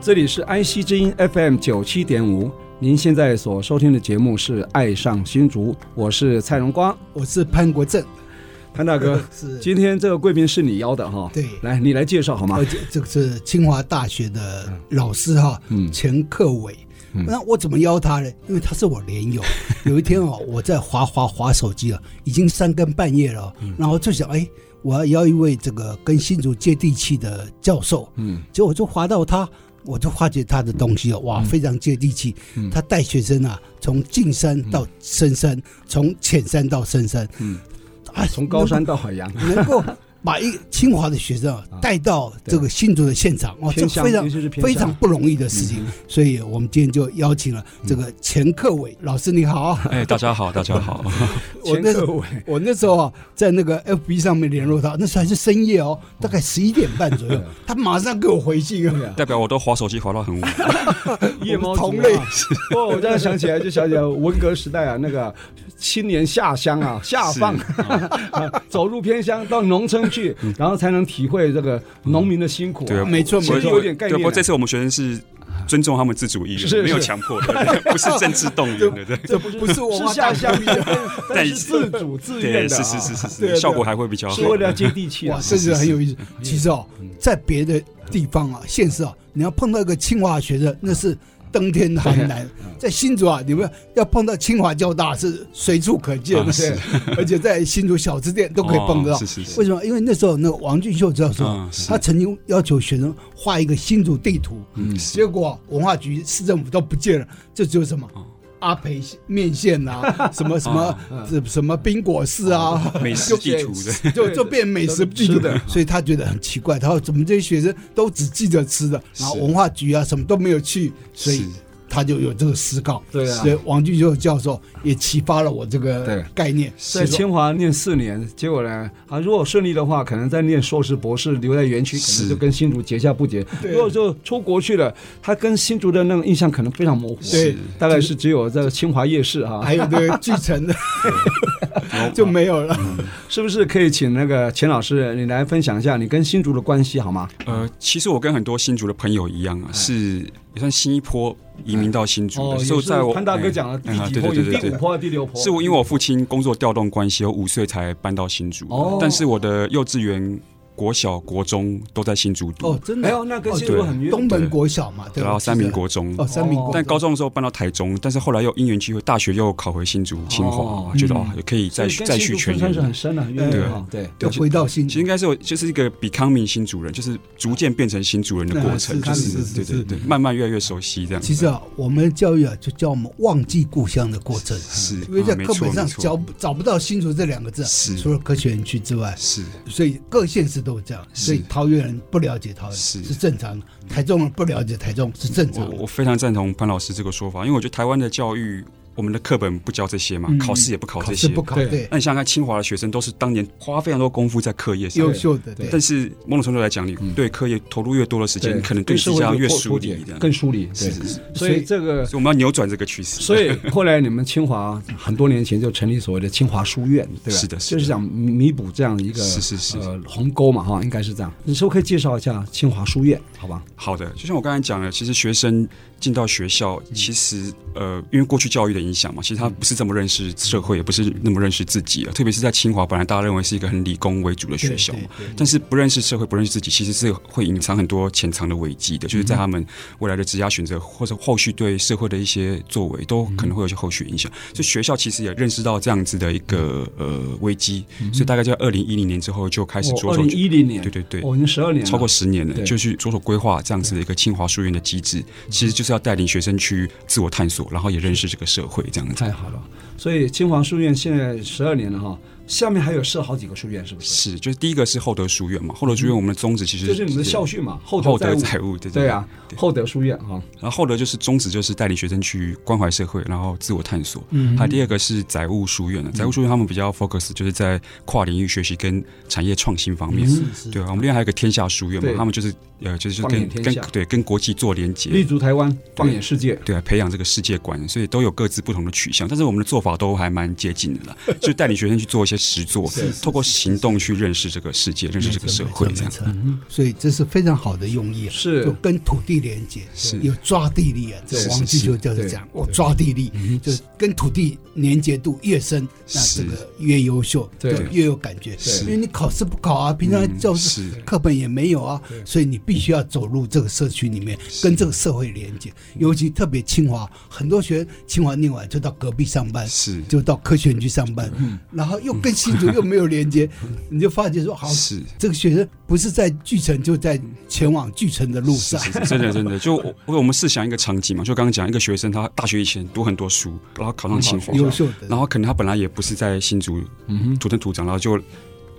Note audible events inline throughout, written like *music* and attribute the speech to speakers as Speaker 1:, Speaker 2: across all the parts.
Speaker 1: 这里是 IC 之音 FM 九七点五，您现在所收听的节目是《爱上新竹》，我是蔡荣光，
Speaker 2: 我是潘国正，
Speaker 1: 潘大哥。
Speaker 2: 是
Speaker 1: 今天这个贵宾是你邀的哈，
Speaker 2: 对
Speaker 1: 来你来介绍好吗
Speaker 2: 呃，？这这个是清华大学的老师哈，
Speaker 1: 嗯
Speaker 2: 陈克伟。那我怎么邀他呢？因为他是我
Speaker 1: *laughs*
Speaker 2: 连友。有一天哦，我在滑滑滑手机啊，已经三更半夜了，
Speaker 1: 嗯
Speaker 2: 然后就想，哎，我要邀一位这个跟新竹接地气的教授。
Speaker 1: 嗯，
Speaker 2: 结果就滑到他，我就发觉他的东西哦，哇，
Speaker 1: 嗯
Speaker 2: 非常接地气。他带学生啊，从近山到深山，从浅山到深山，
Speaker 1: 嗯，
Speaker 2: 啊，
Speaker 1: 从高山到海洋，
Speaker 2: 能够把一清华的学生啊带到这个新竹的现场，哦，这
Speaker 1: 偏乡
Speaker 2: 非
Speaker 1: 尤
Speaker 2: 常
Speaker 1: 其是偏乡嗯
Speaker 2: 非常不容易的事情。所以我们今天就邀请了这个钱克伟老师，
Speaker 1: *laughs*
Speaker 2: 你好。
Speaker 3: *laughs* 哎，大家好，大家好。
Speaker 2: 我
Speaker 1: 前
Speaker 2: 那
Speaker 1: 各位，
Speaker 2: 我那时候啊，在那个 FB 上面联络他，那时候还是深夜哦，大概十一点半
Speaker 1: *laughs*
Speaker 2: 左右，他马上给我回信啊。
Speaker 3: 代表我都划手机划到很晚， *laughs*
Speaker 1: 夜猫族啊
Speaker 2: 同类。
Speaker 1: 哦，我这样想起来就想起来文革时代啊，那个青年下乡啊，下放，啊走入偏乡到农村去，然后才能体会这个农民的辛苦啊。
Speaker 3: 对啊，
Speaker 2: 没错
Speaker 3: 所以
Speaker 2: 没错
Speaker 1: 有点概念啊
Speaker 3: 对，不过这次我们学生是尊重他们自主意
Speaker 1: 是是
Speaker 3: 愿，没有强迫的，
Speaker 1: *laughs*
Speaker 3: 对不是政治动员的，对
Speaker 2: 这不是我
Speaker 1: 是下乡的，但
Speaker 3: *laughs* 但
Speaker 1: 是
Speaker 3: 是
Speaker 1: 自主自愿
Speaker 3: 对，
Speaker 1: 的啊，
Speaker 3: 是是是是
Speaker 1: 对啊对啊
Speaker 3: 是，效果还会比较好
Speaker 1: 是。为了要接地气啊
Speaker 2: 哇，。这个很有意
Speaker 3: 嗯
Speaker 2: 思。其实哦，在别的地方啊，现实啊，你要碰到一个清华学生，那是登天寒难。 *laughs* 在新竹啊，你们要碰到清华交大是随处可见
Speaker 3: 啊
Speaker 2: 的，
Speaker 3: 是
Speaker 2: *laughs* 而且在新竹小吃店都可以碰得到
Speaker 3: 哦。是是是
Speaker 2: 为什么？因为那时候那个王俊秀教授
Speaker 3: 嗯是
Speaker 2: 他曾经要求学生画一个新竹地图，
Speaker 3: 嗯
Speaker 2: 结果文化局、市政府都不见了，这就是什么？
Speaker 3: 哦
Speaker 2: 阿培面线呐、什么什
Speaker 3: *laughs*
Speaker 2: 么什么什么冰果室啊，
Speaker 3: 啊哦美食地图的，
Speaker 2: *laughs* 就就变美食地
Speaker 1: 吃
Speaker 2: 图
Speaker 1: 的，
Speaker 2: 所以他觉得很奇怪，他说怎么这些学生都只记得吃的，然后文化局啊什么都没有去，所以
Speaker 3: 是
Speaker 2: 他就有这个思考。
Speaker 1: 对啊
Speaker 2: 所以王俊秀教授也启发了我这
Speaker 1: 对
Speaker 2: 个概念。
Speaker 1: 在清华念四年，结果呢，啊，如果顺利的话，可能再念硕士、博士，留在园区，可能
Speaker 3: 是
Speaker 1: 就跟新竹结下不结。
Speaker 2: 对
Speaker 1: 如果就出国去了，他跟新竹的那个印象可能非常模糊。
Speaker 2: 对，
Speaker 1: 大概是只有在清华夜市啊哈、
Speaker 3: 哎
Speaker 2: 还有这个巨城的就没有了。
Speaker 1: 是不是可以请那个钱老师你来分享一下你跟新竹的关系好吗？
Speaker 3: 呃，其实我跟很多新竹的朋友一样啊，是也算新一波移民到新竹
Speaker 1: 嗯哦，
Speaker 3: 的，
Speaker 1: 也
Speaker 3: 所以
Speaker 1: 是
Speaker 3: 在我
Speaker 1: 潘大哥
Speaker 3: 哎
Speaker 1: 讲了第
Speaker 3: 哎啊
Speaker 1: 几
Speaker 3: 对
Speaker 1: 波，
Speaker 3: 对对
Speaker 1: 有
Speaker 3: 对
Speaker 1: 第
Speaker 3: 对
Speaker 1: 五波、第六波，
Speaker 3: 是我因为我父亲工作调动关系，我五岁才搬到新竹，
Speaker 1: 哦
Speaker 3: 但是我的幼稚园、国小、国中都在新竹读，
Speaker 2: 哦，真
Speaker 1: 没
Speaker 2: 的
Speaker 1: 啊有，那跟
Speaker 2: 哦
Speaker 1: 新
Speaker 2: 对
Speaker 1: 竹很远。
Speaker 2: 东门国小嘛，对吧？
Speaker 3: 然后三民国
Speaker 2: 记
Speaker 3: 中
Speaker 2: 得。哦，三民国，
Speaker 3: 但高中的时候搬到台中，但是后来又因缘际会，大学又考回新竹清华，
Speaker 1: 哦
Speaker 3: 觉得哦也可以再
Speaker 1: 所以跟
Speaker 3: 再
Speaker 1: 新
Speaker 3: 续
Speaker 1: 竹
Speaker 3: 全
Speaker 1: 出身是
Speaker 3: 缘
Speaker 1: 很。深的、啊，
Speaker 2: 对
Speaker 1: 对对。
Speaker 2: 又回到新
Speaker 3: 其实
Speaker 2: 竹
Speaker 3: 应。该是我就是一个 becoming 新主人，就是逐渐变成新主人的过程，
Speaker 2: 那
Speaker 3: 就是是
Speaker 2: 是是
Speaker 3: 对
Speaker 2: 是
Speaker 3: 对对，慢慢越来越熟悉这样。
Speaker 2: 其实啊，我们的教育啊，就叫我们忘记故乡的过程。
Speaker 3: 是
Speaker 2: 因为在
Speaker 3: 啊没
Speaker 2: 课
Speaker 3: 错
Speaker 2: 本上
Speaker 3: 没错
Speaker 2: 找不找不到“新竹”这两个字啊，
Speaker 3: 是
Speaker 2: 除了科学园区之外，
Speaker 3: 是
Speaker 2: 所以各县市都这样。所以桃园人不了解桃园
Speaker 3: 是
Speaker 2: 是正常的，台中人不了解台中是正
Speaker 3: 我
Speaker 2: 常的
Speaker 3: 我。非常赞同潘老师这个说法，因为我觉得台湾的教育，我们的课本不教这些嘛，
Speaker 2: 嗯
Speaker 3: 考试也不考
Speaker 2: 考
Speaker 3: 这
Speaker 2: 试
Speaker 3: 些。
Speaker 2: 不考
Speaker 1: 对
Speaker 2: 对，
Speaker 3: 那你想想看，清华的学生都是当年花非常多功夫在课业上
Speaker 2: 优，秀的对
Speaker 3: 但是某种程度来讲，你对课业投入越多的时间，你可能对
Speaker 1: 对
Speaker 3: 自己
Speaker 1: 社会
Speaker 3: 越
Speaker 1: 脱
Speaker 3: 疏
Speaker 1: 脱
Speaker 3: 离
Speaker 1: 节
Speaker 3: 的。
Speaker 1: 更疏离。对
Speaker 3: 是是是，
Speaker 1: 所以这个
Speaker 3: 所以我们要扭转这个趋势。
Speaker 1: 所以后来你们清华很多年前就成立所谓的清华书院，对吧？
Speaker 3: 是的是的
Speaker 1: 就是想弥补这样一个
Speaker 3: 是是是
Speaker 1: 呃鸿沟嘛哈，应该是这样。你是不是可以介绍一下清华书院，好吧？
Speaker 3: 好的，就像我刚才讲的，其实学生进到学校，
Speaker 1: 嗯
Speaker 3: 其实呃，因为过去教育的影响嘛，其实他不是这么认识社会，也不是那么认识自己了。特别是在清华，本来大家认为是一个很理工为主的学校嘛，但是不认识社会、不认识自己，其实是会隐藏很多潜藏的危机
Speaker 1: 嗯
Speaker 3: 的，就是在他们未来的职业选择或者后续对社会的一些作为，都可能会有
Speaker 1: 嗯
Speaker 3: 一些后续影响。所以学校其实也认识到这样子的一个
Speaker 1: 嗯
Speaker 3: 呃危机，所以大概在二零一零年之后就开始着
Speaker 1: 哦二
Speaker 3: 手
Speaker 1: 零。一零年，
Speaker 3: 对对对
Speaker 1: 哦，已经十二年了
Speaker 3: 超过十年了
Speaker 1: 对，
Speaker 3: 就去着手规划这样子的一个清华书院的
Speaker 1: 嗯
Speaker 3: 机制，其实就是要带领学生去自我探索，然后也认识这个社会这样子。
Speaker 1: 太好了。所以清华书院现在十二年了哈，下面还有设好几个书院，是不是？
Speaker 3: 是，就是第一个是厚德书院嘛，厚德书院我们的宗旨其实
Speaker 1: 嗯这是你们的校训嘛？厚
Speaker 3: 厚
Speaker 1: 德
Speaker 3: 德载物，对
Speaker 1: 对啊，厚德书院啊，
Speaker 3: 然后厚德就是宗旨，就是带领学生去关怀社会，然后自我探索。嗯，还有第二个是载物书
Speaker 1: 嗯
Speaker 3: 院的，啊载物书院他们比较 focus 就是在跨领域学习跟产业创新方面。
Speaker 2: 是
Speaker 3: 对啊，我们另外还有一个天下书院嘛
Speaker 1: 嗯对，
Speaker 3: 他们就是呃，就是
Speaker 1: 放
Speaker 3: 跟
Speaker 1: 眼天
Speaker 3: 跟
Speaker 1: 下
Speaker 3: 对跟国际做连
Speaker 1: 立
Speaker 3: 接，
Speaker 1: 足台湾，放眼世界。
Speaker 3: 对啊，培养这个世界观，所以都有各自不同的取向，但是我们的做法都还蛮接近的啦，就带领学生去做一些实作，透过行动去认识这个世界，认识这个社会，这
Speaker 2: 没
Speaker 3: 样嗯
Speaker 2: 错，没错所以这是非常好的用意啊，
Speaker 1: 是
Speaker 2: 就跟土地连接，
Speaker 3: 是
Speaker 2: 有抓地力啊。这
Speaker 1: 对
Speaker 2: 王继秋就是讲，我抓地力，就是跟土地连接度越深，那这
Speaker 3: 嗯是
Speaker 2: 个越优秀，
Speaker 1: 对
Speaker 2: 就越有感觉。
Speaker 1: 是
Speaker 2: 因为你考试不考啊，平常
Speaker 3: 嗯
Speaker 2: 教
Speaker 3: 是
Speaker 2: 室课本也没有啊，所以你必须要走入这个社区里面，跟这个社会连
Speaker 3: 嗯
Speaker 2: 接。尤其特别清华，很多学生清华念完就到隔壁上班，
Speaker 3: 是嗯
Speaker 2: 就到科学园去上班，然后又跟新竹又没有连
Speaker 3: *laughs*
Speaker 2: 接，你就发觉说好，
Speaker 3: 是。
Speaker 2: 这个学生不是在巨城，就在前往巨城的路上。
Speaker 3: 是真的真的，就我我们试想一个场景嘛，就刚刚讲一个学生，他大学以前读很多书，然后考上清华，
Speaker 2: 优秀的，嗯
Speaker 3: 然后可能他本来也不是在新竹土生土长，然后就。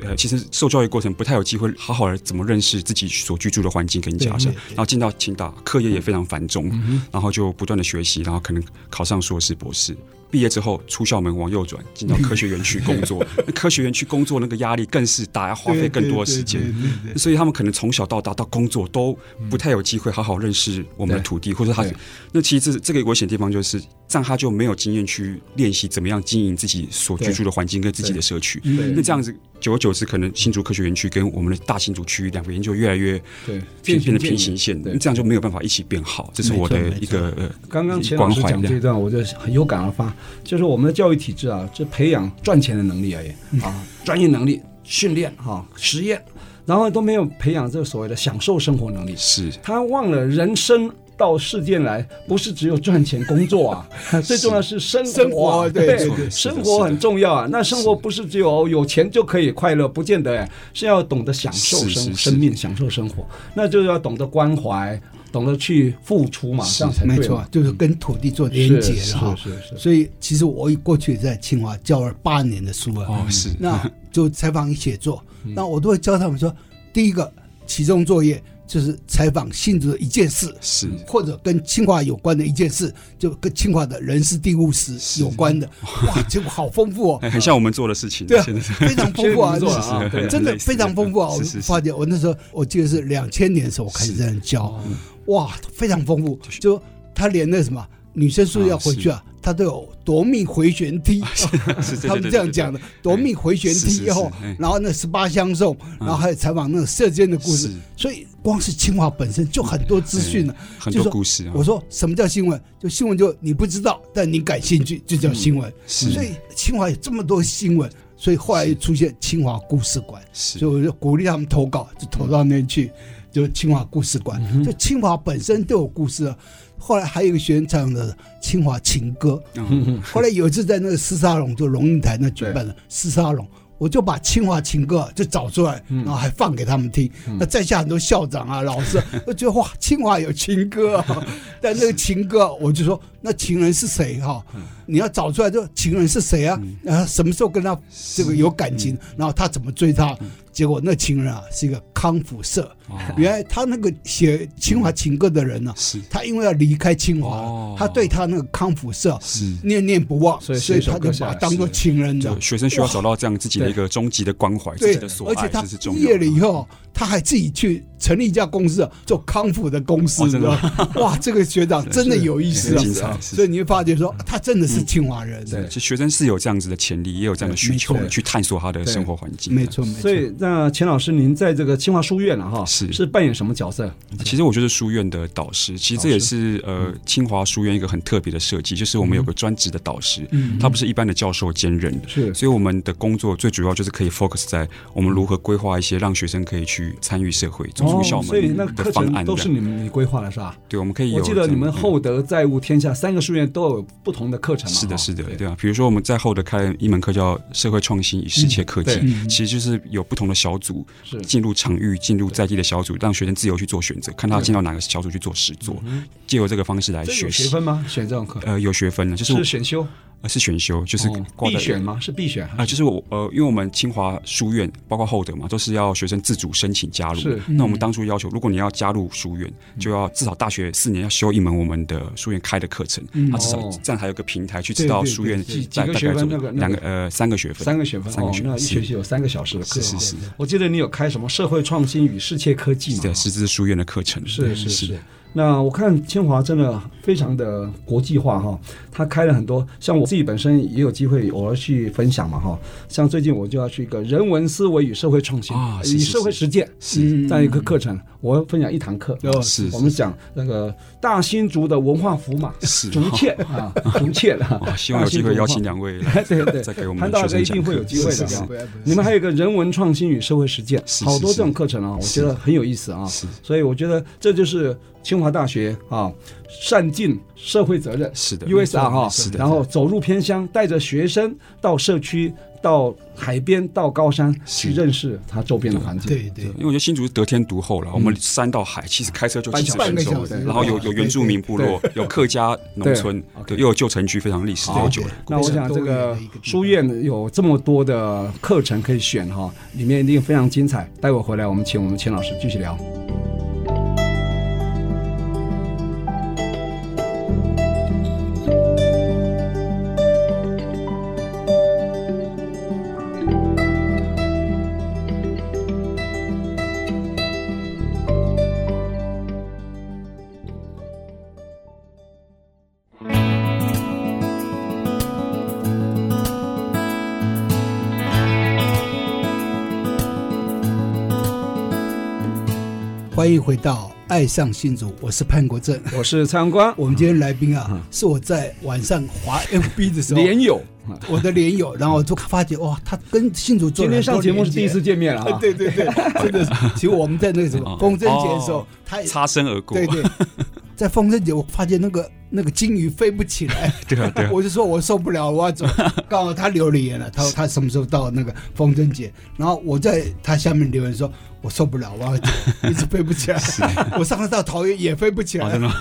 Speaker 3: 呃，其实受教育过程不太有机会好好的怎么认识自己所居住的环境跟家
Speaker 2: 对对，
Speaker 3: 乡
Speaker 2: 嗯对
Speaker 3: 然后进到清大，课业也非常繁重，然后就不断的学习，然后可能考上硕士、博士，毕业之后出校门往右转，进到科学园区工
Speaker 2: *laughs*
Speaker 3: 作。那科学园区工作那个压力更是大，要花费更多的时间
Speaker 2: 对对对对，
Speaker 3: 所以他们可能从小到大到工作都不太有机会好好认识我们的
Speaker 1: 对
Speaker 3: 土地，或者他
Speaker 1: 对
Speaker 3: 那其实这这个危险地方就是，这样他就没有经验去练习怎么样经营自己所居住的环境跟自己的社区。
Speaker 1: 对
Speaker 3: 那这样子，久而久之，可能新竹科学园区跟我们的大新竹区域两边就越来越
Speaker 1: 对渐
Speaker 3: 变变
Speaker 1: 行渐
Speaker 3: 得平
Speaker 1: 远
Speaker 3: 行线，
Speaker 1: 对
Speaker 3: 那这样就没有办法一起变好。这是我的
Speaker 2: 没错
Speaker 3: 一个呃
Speaker 1: 刚刚钱老
Speaker 3: 关
Speaker 1: 师
Speaker 3: 怀
Speaker 1: 讲
Speaker 3: 这
Speaker 1: 这
Speaker 3: 样。
Speaker 1: 段，我就很有感而发，就是我们的教育体制啊，这培养赚钱的能力而已
Speaker 3: 嗯
Speaker 1: 啊，专业能力、训练哈、实验，然后都没有培养这个所谓的享受生活能力。
Speaker 3: 是
Speaker 1: 他忘了人生到世间来，不是只有赚钱工作啊，最重要是生活啊、
Speaker 2: 生活对
Speaker 1: 对
Speaker 2: 对
Speaker 3: 对
Speaker 1: 生
Speaker 3: 是的是
Speaker 1: 活
Speaker 3: 的
Speaker 1: 很重要啊。那生活不是只有有钱就可以快乐，不见得哎，是要懂得享受
Speaker 3: 是
Speaker 1: 生
Speaker 3: 是是
Speaker 1: 生命，享受生活，那就是要懂得关怀，懂得去付出嘛，这样才对
Speaker 2: 没
Speaker 1: 嘛
Speaker 2: 错，，就是跟土地做连接了哈。
Speaker 1: 是是是是
Speaker 2: 所以其实我过去也在清华教了八年的书啊，
Speaker 3: 哦嗯是 *laughs*
Speaker 2: 那就采访与写作，那我都会教他们说，第一个其中作业就是采访性质的一件事，
Speaker 3: 是
Speaker 2: 或者跟清华有关的一件事，就跟清华的人事地物史有关
Speaker 3: *laughs*
Speaker 2: 的，哇，结果好丰富哦。
Speaker 3: 很很像我们做的事情。
Speaker 2: 对啊，
Speaker 3: 现在 *laughs*
Speaker 2: 非常丰富 *laughs* 啊，
Speaker 1: 现在不错了啊
Speaker 2: 那
Speaker 1: 对
Speaker 2: 真的非常丰富啊！我
Speaker 3: 是是是嗯
Speaker 2: 发现我那时候我记得是两千年的时候我开始在那教，哇，非常丰富，就他连那什么。女生宿舍要回去啊，他都有夺命回旋踢，
Speaker 3: *laughs* 是对
Speaker 2: 他们这样讲的，夺命回旋
Speaker 3: 是是
Speaker 2: 踢
Speaker 3: 是
Speaker 2: 以后
Speaker 3: 哎，嗯
Speaker 2: 然后那十八相送，然后还有采访那个射箭的故事
Speaker 3: 是，
Speaker 2: 所以光是清华本身就很多资讯了
Speaker 3: 哎，很
Speaker 2: 就说
Speaker 3: 多故事啊
Speaker 2: 我说什么叫新闻？就新闻就你不知道，但你感兴趣，就叫新闻。
Speaker 3: 嗯是
Speaker 2: 所以清华有这么多新闻，所以后来又出现清华故事馆，
Speaker 3: 是
Speaker 2: 所以我就鼓励他们投稿，就投到那边去，就是清华故事
Speaker 3: 嗯
Speaker 2: 馆。就清华本身都有故事啊。后来还有一个学生唱的清华情歌，
Speaker 3: 嗯
Speaker 2: *laughs* 后来有一次在那个狮沙龙，就龙应台那举办的狮沙龙，我就把清华情歌啊就找出来，然后还放给他们听。那在下很多校长啊、老师啊 *laughs* 都觉得哇，清华有情歌啊，但那个情歌啊我就说，那情人是谁哈、你要找出来，就情人是谁啊？然后什么时候跟他这个有感情，然后他怎么追她？结果那情人啊是一个康复社，
Speaker 3: *laughs*
Speaker 2: 原来他那个写清华情歌的人呢、
Speaker 3: 是
Speaker 2: 他因为要离开清华了，
Speaker 3: 哦
Speaker 2: 他对他那个康复社
Speaker 3: 是
Speaker 2: 念念不忘，
Speaker 1: 所
Speaker 2: 所
Speaker 1: 以写
Speaker 2: 以
Speaker 1: 一首
Speaker 2: 他就
Speaker 1: 歌下
Speaker 2: 把
Speaker 1: 来
Speaker 2: 它当做情人的
Speaker 3: 就。学生需要找到这样自己的一个终极的关怀，自
Speaker 2: 对
Speaker 3: 己的，所
Speaker 2: 而且
Speaker 3: 爱，
Speaker 2: 他
Speaker 3: 这是重
Speaker 2: 毕
Speaker 3: 要
Speaker 2: 业了
Speaker 3: 的。
Speaker 2: 以后，他还自己去成立一家公司啊，做康复的公司，
Speaker 3: 哦
Speaker 2: 你知
Speaker 3: 真的
Speaker 2: 道
Speaker 3: *laughs*
Speaker 2: 吗？哇，这个学长真的有意思
Speaker 3: 很精
Speaker 2: 啊！
Speaker 3: 彩，是
Speaker 2: 所以你会发觉说，啊他真的是清华人。
Speaker 1: 对
Speaker 3: 其实学生是有这样子的潜力，也有这样的需求
Speaker 2: 没错，
Speaker 3: 去探索他的生活环境。啊
Speaker 2: 没错，没错。
Speaker 1: 所以，那钱老师，您在这个清华书院了、哈，
Speaker 3: 是
Speaker 1: 是扮演什么角色？
Speaker 3: 其实我就是书院的导师，其实这也是呃清华书院一个很特别的设计，就是我们有个专职的导师，他不是一般的教授兼任的，
Speaker 1: 是
Speaker 3: 所以我们的工作最主要就是可以 focus 在我们如何规划一些让学生可以去参与社会、走出校
Speaker 1: 哦所以
Speaker 3: 门
Speaker 1: 那
Speaker 3: 的
Speaker 1: 课
Speaker 3: 方案
Speaker 1: 程
Speaker 3: 这
Speaker 1: 都
Speaker 3: 样。
Speaker 1: 是你们你规划的是吧？
Speaker 3: 对，我们可以有
Speaker 1: 我记得
Speaker 3: 这样
Speaker 1: 你们
Speaker 3: 嗯
Speaker 1: 厚德载物天下三个书院都有不同的课程嘛？
Speaker 3: 是
Speaker 1: 哈
Speaker 3: 的，是的，
Speaker 1: 对
Speaker 3: 对啊。比如说我们在后的开了一门课叫社会创新与世界科技，
Speaker 1: 对嗯
Speaker 3: 其实就是有不同的小组
Speaker 1: 是
Speaker 3: 进入场域、进入在地的小组，让学生自由去做选择，看他进到哪个小组去做实作，借由这个方式来
Speaker 1: 嗯这有
Speaker 3: 学
Speaker 1: 学
Speaker 3: 习。呃
Speaker 1: 分吗？选这种课
Speaker 3: 呃，有学分的，就是
Speaker 1: 是选修
Speaker 3: 呃是选修，就是
Speaker 1: 哦
Speaker 3: 挂在
Speaker 1: 必选吗？是必选
Speaker 3: 啊，就是我呃，因为我们清华书院包括厚德嘛，都是要学生自主申请加入。
Speaker 1: 是嗯
Speaker 3: 那我们当初要求，如果你要加入书院，就要至少大学四年要修一门我们的书院开的课程，
Speaker 1: 嗯
Speaker 3: 它至少
Speaker 1: 哦
Speaker 3: 这样才有个平台去
Speaker 1: 对
Speaker 3: 知道
Speaker 1: 对
Speaker 3: 书
Speaker 1: 对
Speaker 3: 院
Speaker 1: 几几
Speaker 3: 大
Speaker 1: 个
Speaker 3: 大
Speaker 1: 学
Speaker 3: 概
Speaker 1: 分
Speaker 3: 怎
Speaker 1: 那个
Speaker 3: 么
Speaker 1: 那
Speaker 3: 两
Speaker 1: 个
Speaker 3: 个呃三个学分，
Speaker 1: 三个学分，
Speaker 3: 三个学
Speaker 1: 哦，那
Speaker 3: 分
Speaker 1: 一学
Speaker 3: 是
Speaker 1: 期有三个小时的课。
Speaker 3: 是是是
Speaker 1: 哦我记得你有开什么社会创新与世界科技嘛？
Speaker 3: 对，是这是书院的课程，
Speaker 1: 哦是是
Speaker 3: 是
Speaker 1: 是。那我看清华真的非常的国际化哈，它开了很多，像我自己本身也有机会偶尔去分享嘛哈。像最近我就要去一个人文思维与社会创新呃
Speaker 3: 啊是
Speaker 1: 与
Speaker 3: 是
Speaker 1: 社会
Speaker 3: 是
Speaker 1: 实践
Speaker 3: 是嗯哦
Speaker 1: 这样一个课程，我分享一堂课，啊
Speaker 3: 是
Speaker 1: 我们讲那个大新竹的文化符码，
Speaker 3: 是
Speaker 1: 竹
Speaker 3: 哈
Speaker 1: 切
Speaker 3: *laughs*
Speaker 1: 啊，竹切的
Speaker 3: 哇，希望有机会邀请
Speaker 1: 你。，
Speaker 3: 两位
Speaker 1: *laughs* 对对
Speaker 3: *laughs* 再给
Speaker 1: 对，
Speaker 3: 我们
Speaker 1: 潘大
Speaker 3: 学
Speaker 1: 哥
Speaker 3: 生
Speaker 1: 一
Speaker 3: 讲
Speaker 1: 定会
Speaker 3: 课
Speaker 1: 有机会啊
Speaker 3: 是
Speaker 1: 的
Speaker 3: 是
Speaker 1: 哈
Speaker 3: 是。
Speaker 1: 你们还有一个人文创新与社会实践，
Speaker 3: 是是
Speaker 1: 好多这种
Speaker 3: 是
Speaker 1: 课程啊，我觉
Speaker 3: 是
Speaker 1: 得很有意思啊。
Speaker 3: 是
Speaker 1: 所以我觉得这就是清华大学啊，善尽社会责任。
Speaker 3: 是的
Speaker 1: USR 哈，
Speaker 3: 是的，
Speaker 1: 然后走入偏乡，带着学生到社区、到海边、到高山去
Speaker 3: 是
Speaker 1: 认识它周边的环境。
Speaker 2: 对对
Speaker 3: 因为我觉得新竹是得天独厚了，我们山到海，其实开车就
Speaker 1: 半
Speaker 3: 几十
Speaker 1: 小时
Speaker 3: 分
Speaker 1: 半
Speaker 3: 钟
Speaker 1: 个小，时
Speaker 3: 然后有
Speaker 2: 对
Speaker 3: 有原住民部落，有客家农村
Speaker 1: 对，OK
Speaker 3: 对，又有旧城区，非常历史悠久
Speaker 2: 对
Speaker 3: 了。
Speaker 1: 那我想这个书院有这么多的课程可以选哈，里面一定非常精彩。待会回来我们请我们钱老师继续聊。
Speaker 2: 欢迎回到《爱上新竹》，我是潘国正。
Speaker 1: 我是蔡阳光，
Speaker 2: 我们今天来宾啊，是我在晚上滑 FB 的时候，
Speaker 1: 嗯连友。
Speaker 2: 我的连友，然后我就发觉哇，他跟新竹做
Speaker 1: 今
Speaker 2: 了
Speaker 1: 天
Speaker 2: 很
Speaker 1: 上
Speaker 2: 多
Speaker 1: 节目是
Speaker 2: 连接
Speaker 1: 第一次。见面了
Speaker 2: 哎
Speaker 1: 啊，
Speaker 2: *laughs* 对对
Speaker 1: *laughs*
Speaker 2: 对，真的是。其实我们在那个什么
Speaker 3: 哦
Speaker 2: 风筝节的时候
Speaker 3: 哦，
Speaker 2: 他
Speaker 1: 哎
Speaker 2: 也
Speaker 3: 擦身而过，
Speaker 2: 对对，在风筝节我发现那个那个金鱼飞不起
Speaker 1: *laughs*
Speaker 2: 来，
Speaker 3: 对啊对啊，
Speaker 2: 我就说我受不了，我要走。刚好他留了言了，他
Speaker 1: *laughs*
Speaker 2: 说他什么时候到那个风筝节，然后我在他下面留言说，我受不了，
Speaker 1: *laughs*
Speaker 2: 我要走，一直飞不起来。我上次到桃园也飞不起
Speaker 3: 哦
Speaker 2: 来
Speaker 3: 真，的吗？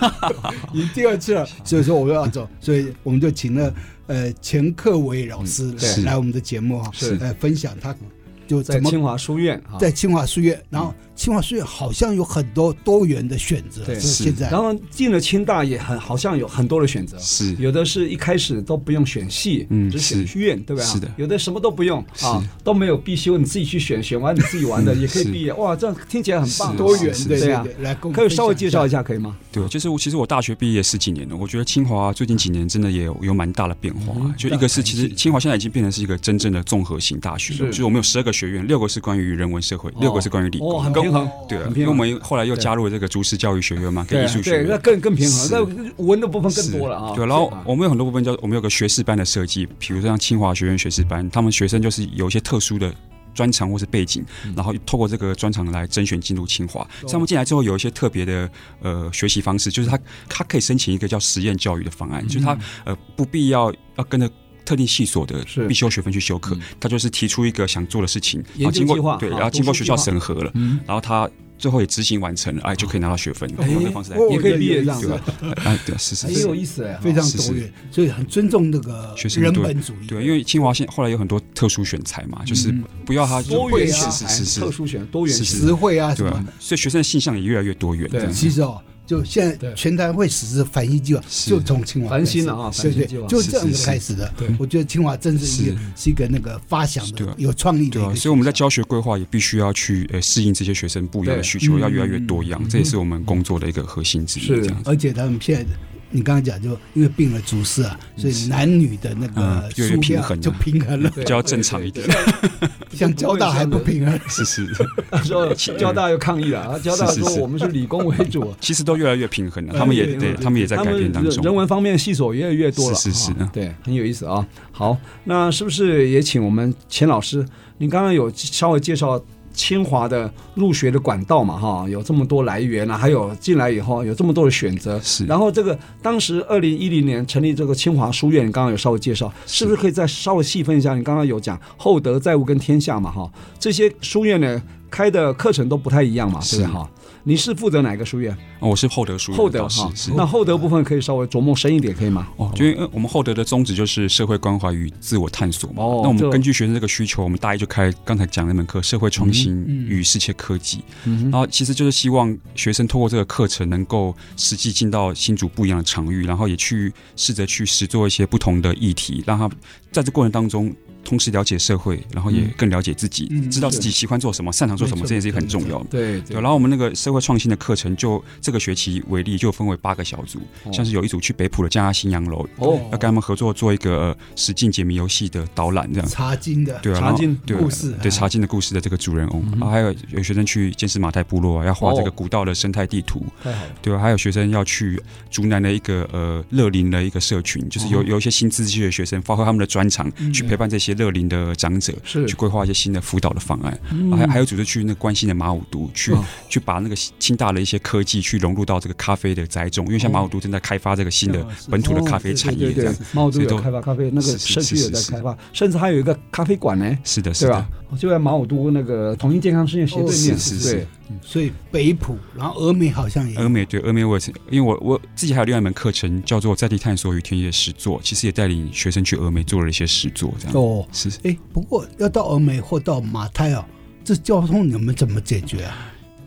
Speaker 2: 已经第二次了，所以说我又要走，所以我们就请了呃钱克伟老师
Speaker 3: 嗯
Speaker 1: 是
Speaker 2: 来我们的节目啊
Speaker 1: 是，
Speaker 2: 来分享他就
Speaker 1: 在
Speaker 2: 怎么
Speaker 1: 清华书院啊。
Speaker 2: 在清华书院，然后
Speaker 3: 嗯
Speaker 2: 清华书院好像有很多多元的选择，
Speaker 1: 对
Speaker 2: 是
Speaker 3: 是
Speaker 2: 现在
Speaker 1: 然后进了清大也很好像有很多的选择，
Speaker 3: 是
Speaker 1: 有的是一开始都不用选系，
Speaker 3: 嗯
Speaker 1: 只选
Speaker 3: 是
Speaker 1: 院，对不对啊？
Speaker 3: 是的
Speaker 1: 有的什么都不用
Speaker 3: 是
Speaker 1: 啊，都没有必修，你自己去选，选完你自己玩的
Speaker 3: 嗯
Speaker 1: 也可以
Speaker 3: 是
Speaker 1: 毕业。哇，这样听起来很棒，
Speaker 3: 是
Speaker 2: 多元
Speaker 3: 是
Speaker 2: 对
Speaker 1: 对
Speaker 2: 对
Speaker 1: 啊
Speaker 2: 对，来跟我们
Speaker 1: 可以稍微介绍一
Speaker 2: 下，
Speaker 1: 下可以吗？
Speaker 3: 对，啊就是我其实我大学毕业十几年了，我觉得清华最近几年真的也有有蛮大的变化
Speaker 1: 嗯
Speaker 3: 啊、就一个是，其实清华现在已经变成是一个真正的综合型大学
Speaker 1: 是
Speaker 3: 了，就是我们有十二个学院，六个是关于人文社会，六个是关于理
Speaker 1: 哦，
Speaker 3: 工，
Speaker 1: 很
Speaker 3: 跟
Speaker 1: 平衡，
Speaker 3: 对啊
Speaker 1: 很，
Speaker 3: 因
Speaker 1: 平
Speaker 3: 为
Speaker 1: 衡。
Speaker 3: 我们后来又加入了这个竹石教育学院嘛，跟
Speaker 1: 对
Speaker 3: 艺术学
Speaker 1: 对，
Speaker 3: 院
Speaker 1: 那，更更平衡，
Speaker 3: 是
Speaker 1: 那文的部分更多了啊。
Speaker 3: 对，然后
Speaker 1: 是吧
Speaker 3: 我们有很多部分叫我们有个学士班的设计，比如说像清华学院学士班，他们学生就是有一些特殊的。专长或是背景，
Speaker 1: 嗯
Speaker 3: 然后透过这个专长来甄选进入清华。
Speaker 1: 哦
Speaker 3: 所以他们进来之后有一些特别的呃学习方式，就是他他可以申请一个叫实验教育的方案，
Speaker 1: 嗯
Speaker 3: 就是他呃不必要要跟着特定系所的
Speaker 1: 是嗯
Speaker 3: 必修学分去修课，他就是提出一个想做的事情，然
Speaker 1: 研
Speaker 3: 后
Speaker 1: 究
Speaker 3: 经
Speaker 1: 计划
Speaker 3: 过对，
Speaker 1: 啊
Speaker 3: 然后经
Speaker 1: 读
Speaker 3: 过
Speaker 1: 书
Speaker 3: 学
Speaker 1: 计
Speaker 3: 校
Speaker 1: 划嗯
Speaker 3: 审核了，然后他最后也执行完成了，哎就可以拿到学分，用这个方式来
Speaker 2: 哦
Speaker 1: 也可以毕业这样
Speaker 3: 对
Speaker 1: 子
Speaker 3: 吧，？哎对，是是
Speaker 1: 很
Speaker 3: 是
Speaker 1: 有。意思哎，
Speaker 2: 非常
Speaker 3: 是是
Speaker 2: 多元，所以很尊重那个
Speaker 3: 学生
Speaker 2: 人
Speaker 3: 对
Speaker 2: 本主义。
Speaker 3: 对，因为清华现后来有很多特殊选材嘛，就是不要他
Speaker 1: 多元
Speaker 3: 是
Speaker 1: 选
Speaker 3: 是
Speaker 1: 材
Speaker 3: 是是
Speaker 1: 特，殊选多元
Speaker 3: 是
Speaker 1: 选
Speaker 3: 是
Speaker 2: 词汇啊什
Speaker 3: 对
Speaker 2: 么
Speaker 3: 啊，所以学生的性向也越来越多元。
Speaker 1: 对
Speaker 3: 这样
Speaker 2: 其实哦，就现在
Speaker 1: 对
Speaker 2: 全台会实施繁星计划，
Speaker 3: 是
Speaker 2: 就从清华
Speaker 1: 繁星
Speaker 2: 开始
Speaker 1: 了啊繁
Speaker 2: 对
Speaker 1: 星
Speaker 2: 对
Speaker 1: 计划，
Speaker 2: 就这样
Speaker 3: 是
Speaker 2: 子
Speaker 3: 是
Speaker 2: 开始的。
Speaker 1: 对
Speaker 2: 我觉得清华真是一个
Speaker 3: 是
Speaker 2: 是一个那个发想
Speaker 3: 对
Speaker 2: 的
Speaker 3: 啊
Speaker 2: 有创意的
Speaker 3: 对
Speaker 2: 一
Speaker 3: 啊，
Speaker 2: 个学校，
Speaker 3: 所以我们在教学规划也必须要去呃适应这些学生不一样的
Speaker 1: 对
Speaker 3: 需求，
Speaker 2: 嗯
Speaker 3: 要越来越多样，这也是我们工作的一个核心之一。
Speaker 1: 是
Speaker 3: 这样子，
Speaker 2: 而且他们现在的，你刚刚讲就因为病了竹丝啊，
Speaker 1: 嗯
Speaker 2: 所以男女的那个
Speaker 3: 嗯越来越
Speaker 2: 数量
Speaker 3: 平衡了
Speaker 2: 就平衡了，
Speaker 1: 对
Speaker 3: 比较正常一点，
Speaker 2: 像交大还不平衡。
Speaker 3: 是是，
Speaker 1: 那 *laughs* 时候交大又抗议了，啊交大
Speaker 3: 是是
Speaker 1: 说
Speaker 3: 是
Speaker 1: 我们是理工为主，
Speaker 3: *laughs*
Speaker 1: 啊
Speaker 3: 其实都越来越平衡了，他们也
Speaker 1: 哎对
Speaker 3: 对，他们也在
Speaker 1: 他
Speaker 3: 改
Speaker 1: 们
Speaker 3: 变当
Speaker 1: 人人
Speaker 3: 中。
Speaker 1: 文方面系所越来越多了，
Speaker 3: 是是是
Speaker 1: 啊
Speaker 3: 嗯
Speaker 1: 对，很有意思啊。好，那是不是也请我们钱老师？您刚刚有稍微介绍清华的入学的管道嘛？哈，有这么多来源啊，还有进来以后有这么多的选择。
Speaker 3: 是
Speaker 1: 然后这个当时二零一零年成立这个清华书院，你刚刚有稍微介绍，是不是可以再稍微细分一下？你刚刚有讲厚德载物跟天下嘛？哈，这些书院呢开的课程都不太一样嘛，对不对？
Speaker 3: 是
Speaker 1: 哈，你是负责哪个书院？
Speaker 3: 哦，我是厚德书院
Speaker 1: 厚
Speaker 3: 的
Speaker 1: 德
Speaker 3: 导师
Speaker 1: 哈
Speaker 3: 是。，
Speaker 1: 那厚德部分可以稍微琢磨深一点，可以吗？
Speaker 3: 哦，因为呃我们厚德的宗旨就是社会关怀与自我探索嘛。
Speaker 1: 哦
Speaker 3: 那我
Speaker 1: 这
Speaker 3: 们根据学生这个需求，我们大一就开刚才讲那门课《社会创新
Speaker 1: 嗯
Speaker 3: 与世界科技》
Speaker 2: 嗯
Speaker 3: 然后其实就是希望学生透过这个课程，能够实际进到新竹不一样的场域，然后也去试着去实做一些不同的议题，让他在这过程当中。同时了解社会，然后也更了解自己，
Speaker 2: 嗯
Speaker 3: 知道自己喜欢做什么、擅长做什
Speaker 2: 没
Speaker 3: 么，
Speaker 2: 错
Speaker 3: 这件事情很重要。
Speaker 1: 对
Speaker 3: 对，然后我们那个社会创新的课程就，这个学期为例，就分为八个小组，
Speaker 1: 哦
Speaker 3: 像是有一组去北浦的嘉兴洋楼，
Speaker 1: 哦
Speaker 3: 要跟他们合作做一个呃实境解谜游戏的导览，这样
Speaker 2: 查经的，
Speaker 3: 对啊，
Speaker 1: 查
Speaker 3: 然后
Speaker 1: 经
Speaker 3: 对啊
Speaker 2: 故事
Speaker 3: 对
Speaker 1: 哎
Speaker 2: 啊
Speaker 3: 查经的故事的这个主人翁，
Speaker 1: 嗯
Speaker 3: 然后还有有学生去监视马代部落啊，要画这个
Speaker 1: 哦
Speaker 3: 古道的生态地图，
Speaker 1: 太好了，
Speaker 3: 对啊，还有学生要去竹南的一个呃乐龄的一个社群，就是
Speaker 1: 嗯
Speaker 3: 有有一些新资质的学生发挥他们的专长，去陪伴这些乐龄的长者，
Speaker 1: 是嗯
Speaker 3: 去规划一些新的辅导的方案，啊还还有组织去那个关心的马武都去、
Speaker 1: 哦
Speaker 3: 去把那个清大的一些科技去融入到这个咖啡的栽种，因为像马武都正在开发这个新的
Speaker 2: 哦是
Speaker 3: 本土的
Speaker 1: 哦
Speaker 3: 咖啡
Speaker 1: 对
Speaker 3: 产
Speaker 1: 对
Speaker 3: 业，这
Speaker 1: 对
Speaker 3: 样
Speaker 1: 对，茂都
Speaker 3: 所以
Speaker 1: 有
Speaker 3: 都
Speaker 1: 开发咖啡，那个
Speaker 3: 是是
Speaker 1: 社区
Speaker 3: 是
Speaker 1: 有在
Speaker 3: 是是
Speaker 1: 开发，甚至还有一个咖啡馆呢，
Speaker 3: 是的，是
Speaker 1: 对
Speaker 3: 的
Speaker 1: 吧，？哦就在马武都那个同心健康事业斜对
Speaker 2: 哦
Speaker 1: 面，
Speaker 3: 是是
Speaker 1: 对
Speaker 3: 是。
Speaker 2: 所以北浦，然后峨眉好像也有
Speaker 1: 嗯
Speaker 3: 峨眉对峨眉，我也是，因为我我自己还有另外一门课程叫做在地探索与田野实作，其实也带领学生去峨眉做了一些实作，这样
Speaker 2: 哦。
Speaker 3: 是
Speaker 2: 哎，不过要到峨眉或到马泰哦，这交通你们怎么解决啊？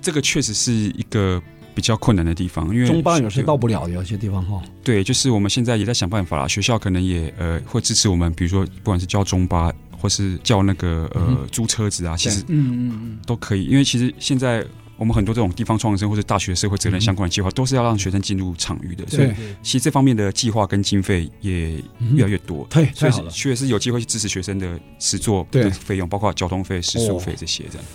Speaker 3: 这个确实是一个比较困难的地方，因为
Speaker 1: 中巴有时
Speaker 3: 学
Speaker 1: 到不了，有些地方哈。
Speaker 3: 对，就是我们现在也在想办法啦。学校可能也呃会支持我们，比如说不管是叫中巴或是叫那个
Speaker 1: 嗯
Speaker 3: 呃租车子啊，其实
Speaker 2: 嗯嗯嗯，
Speaker 3: 都可以，因为其实现在。我们很多这种地方创生或者大学社会责任相关的计划，都是要让学生进入场域的，所以
Speaker 1: 嗯对嗯
Speaker 3: 其实这方面的计划跟经费也越来越多。
Speaker 1: 太
Speaker 3: 所
Speaker 1: 太
Speaker 3: 以
Speaker 1: 好了，
Speaker 3: 确实有机会去支持学生的实作
Speaker 1: 对
Speaker 3: 的费用，包括交通费、食宿费这些这样。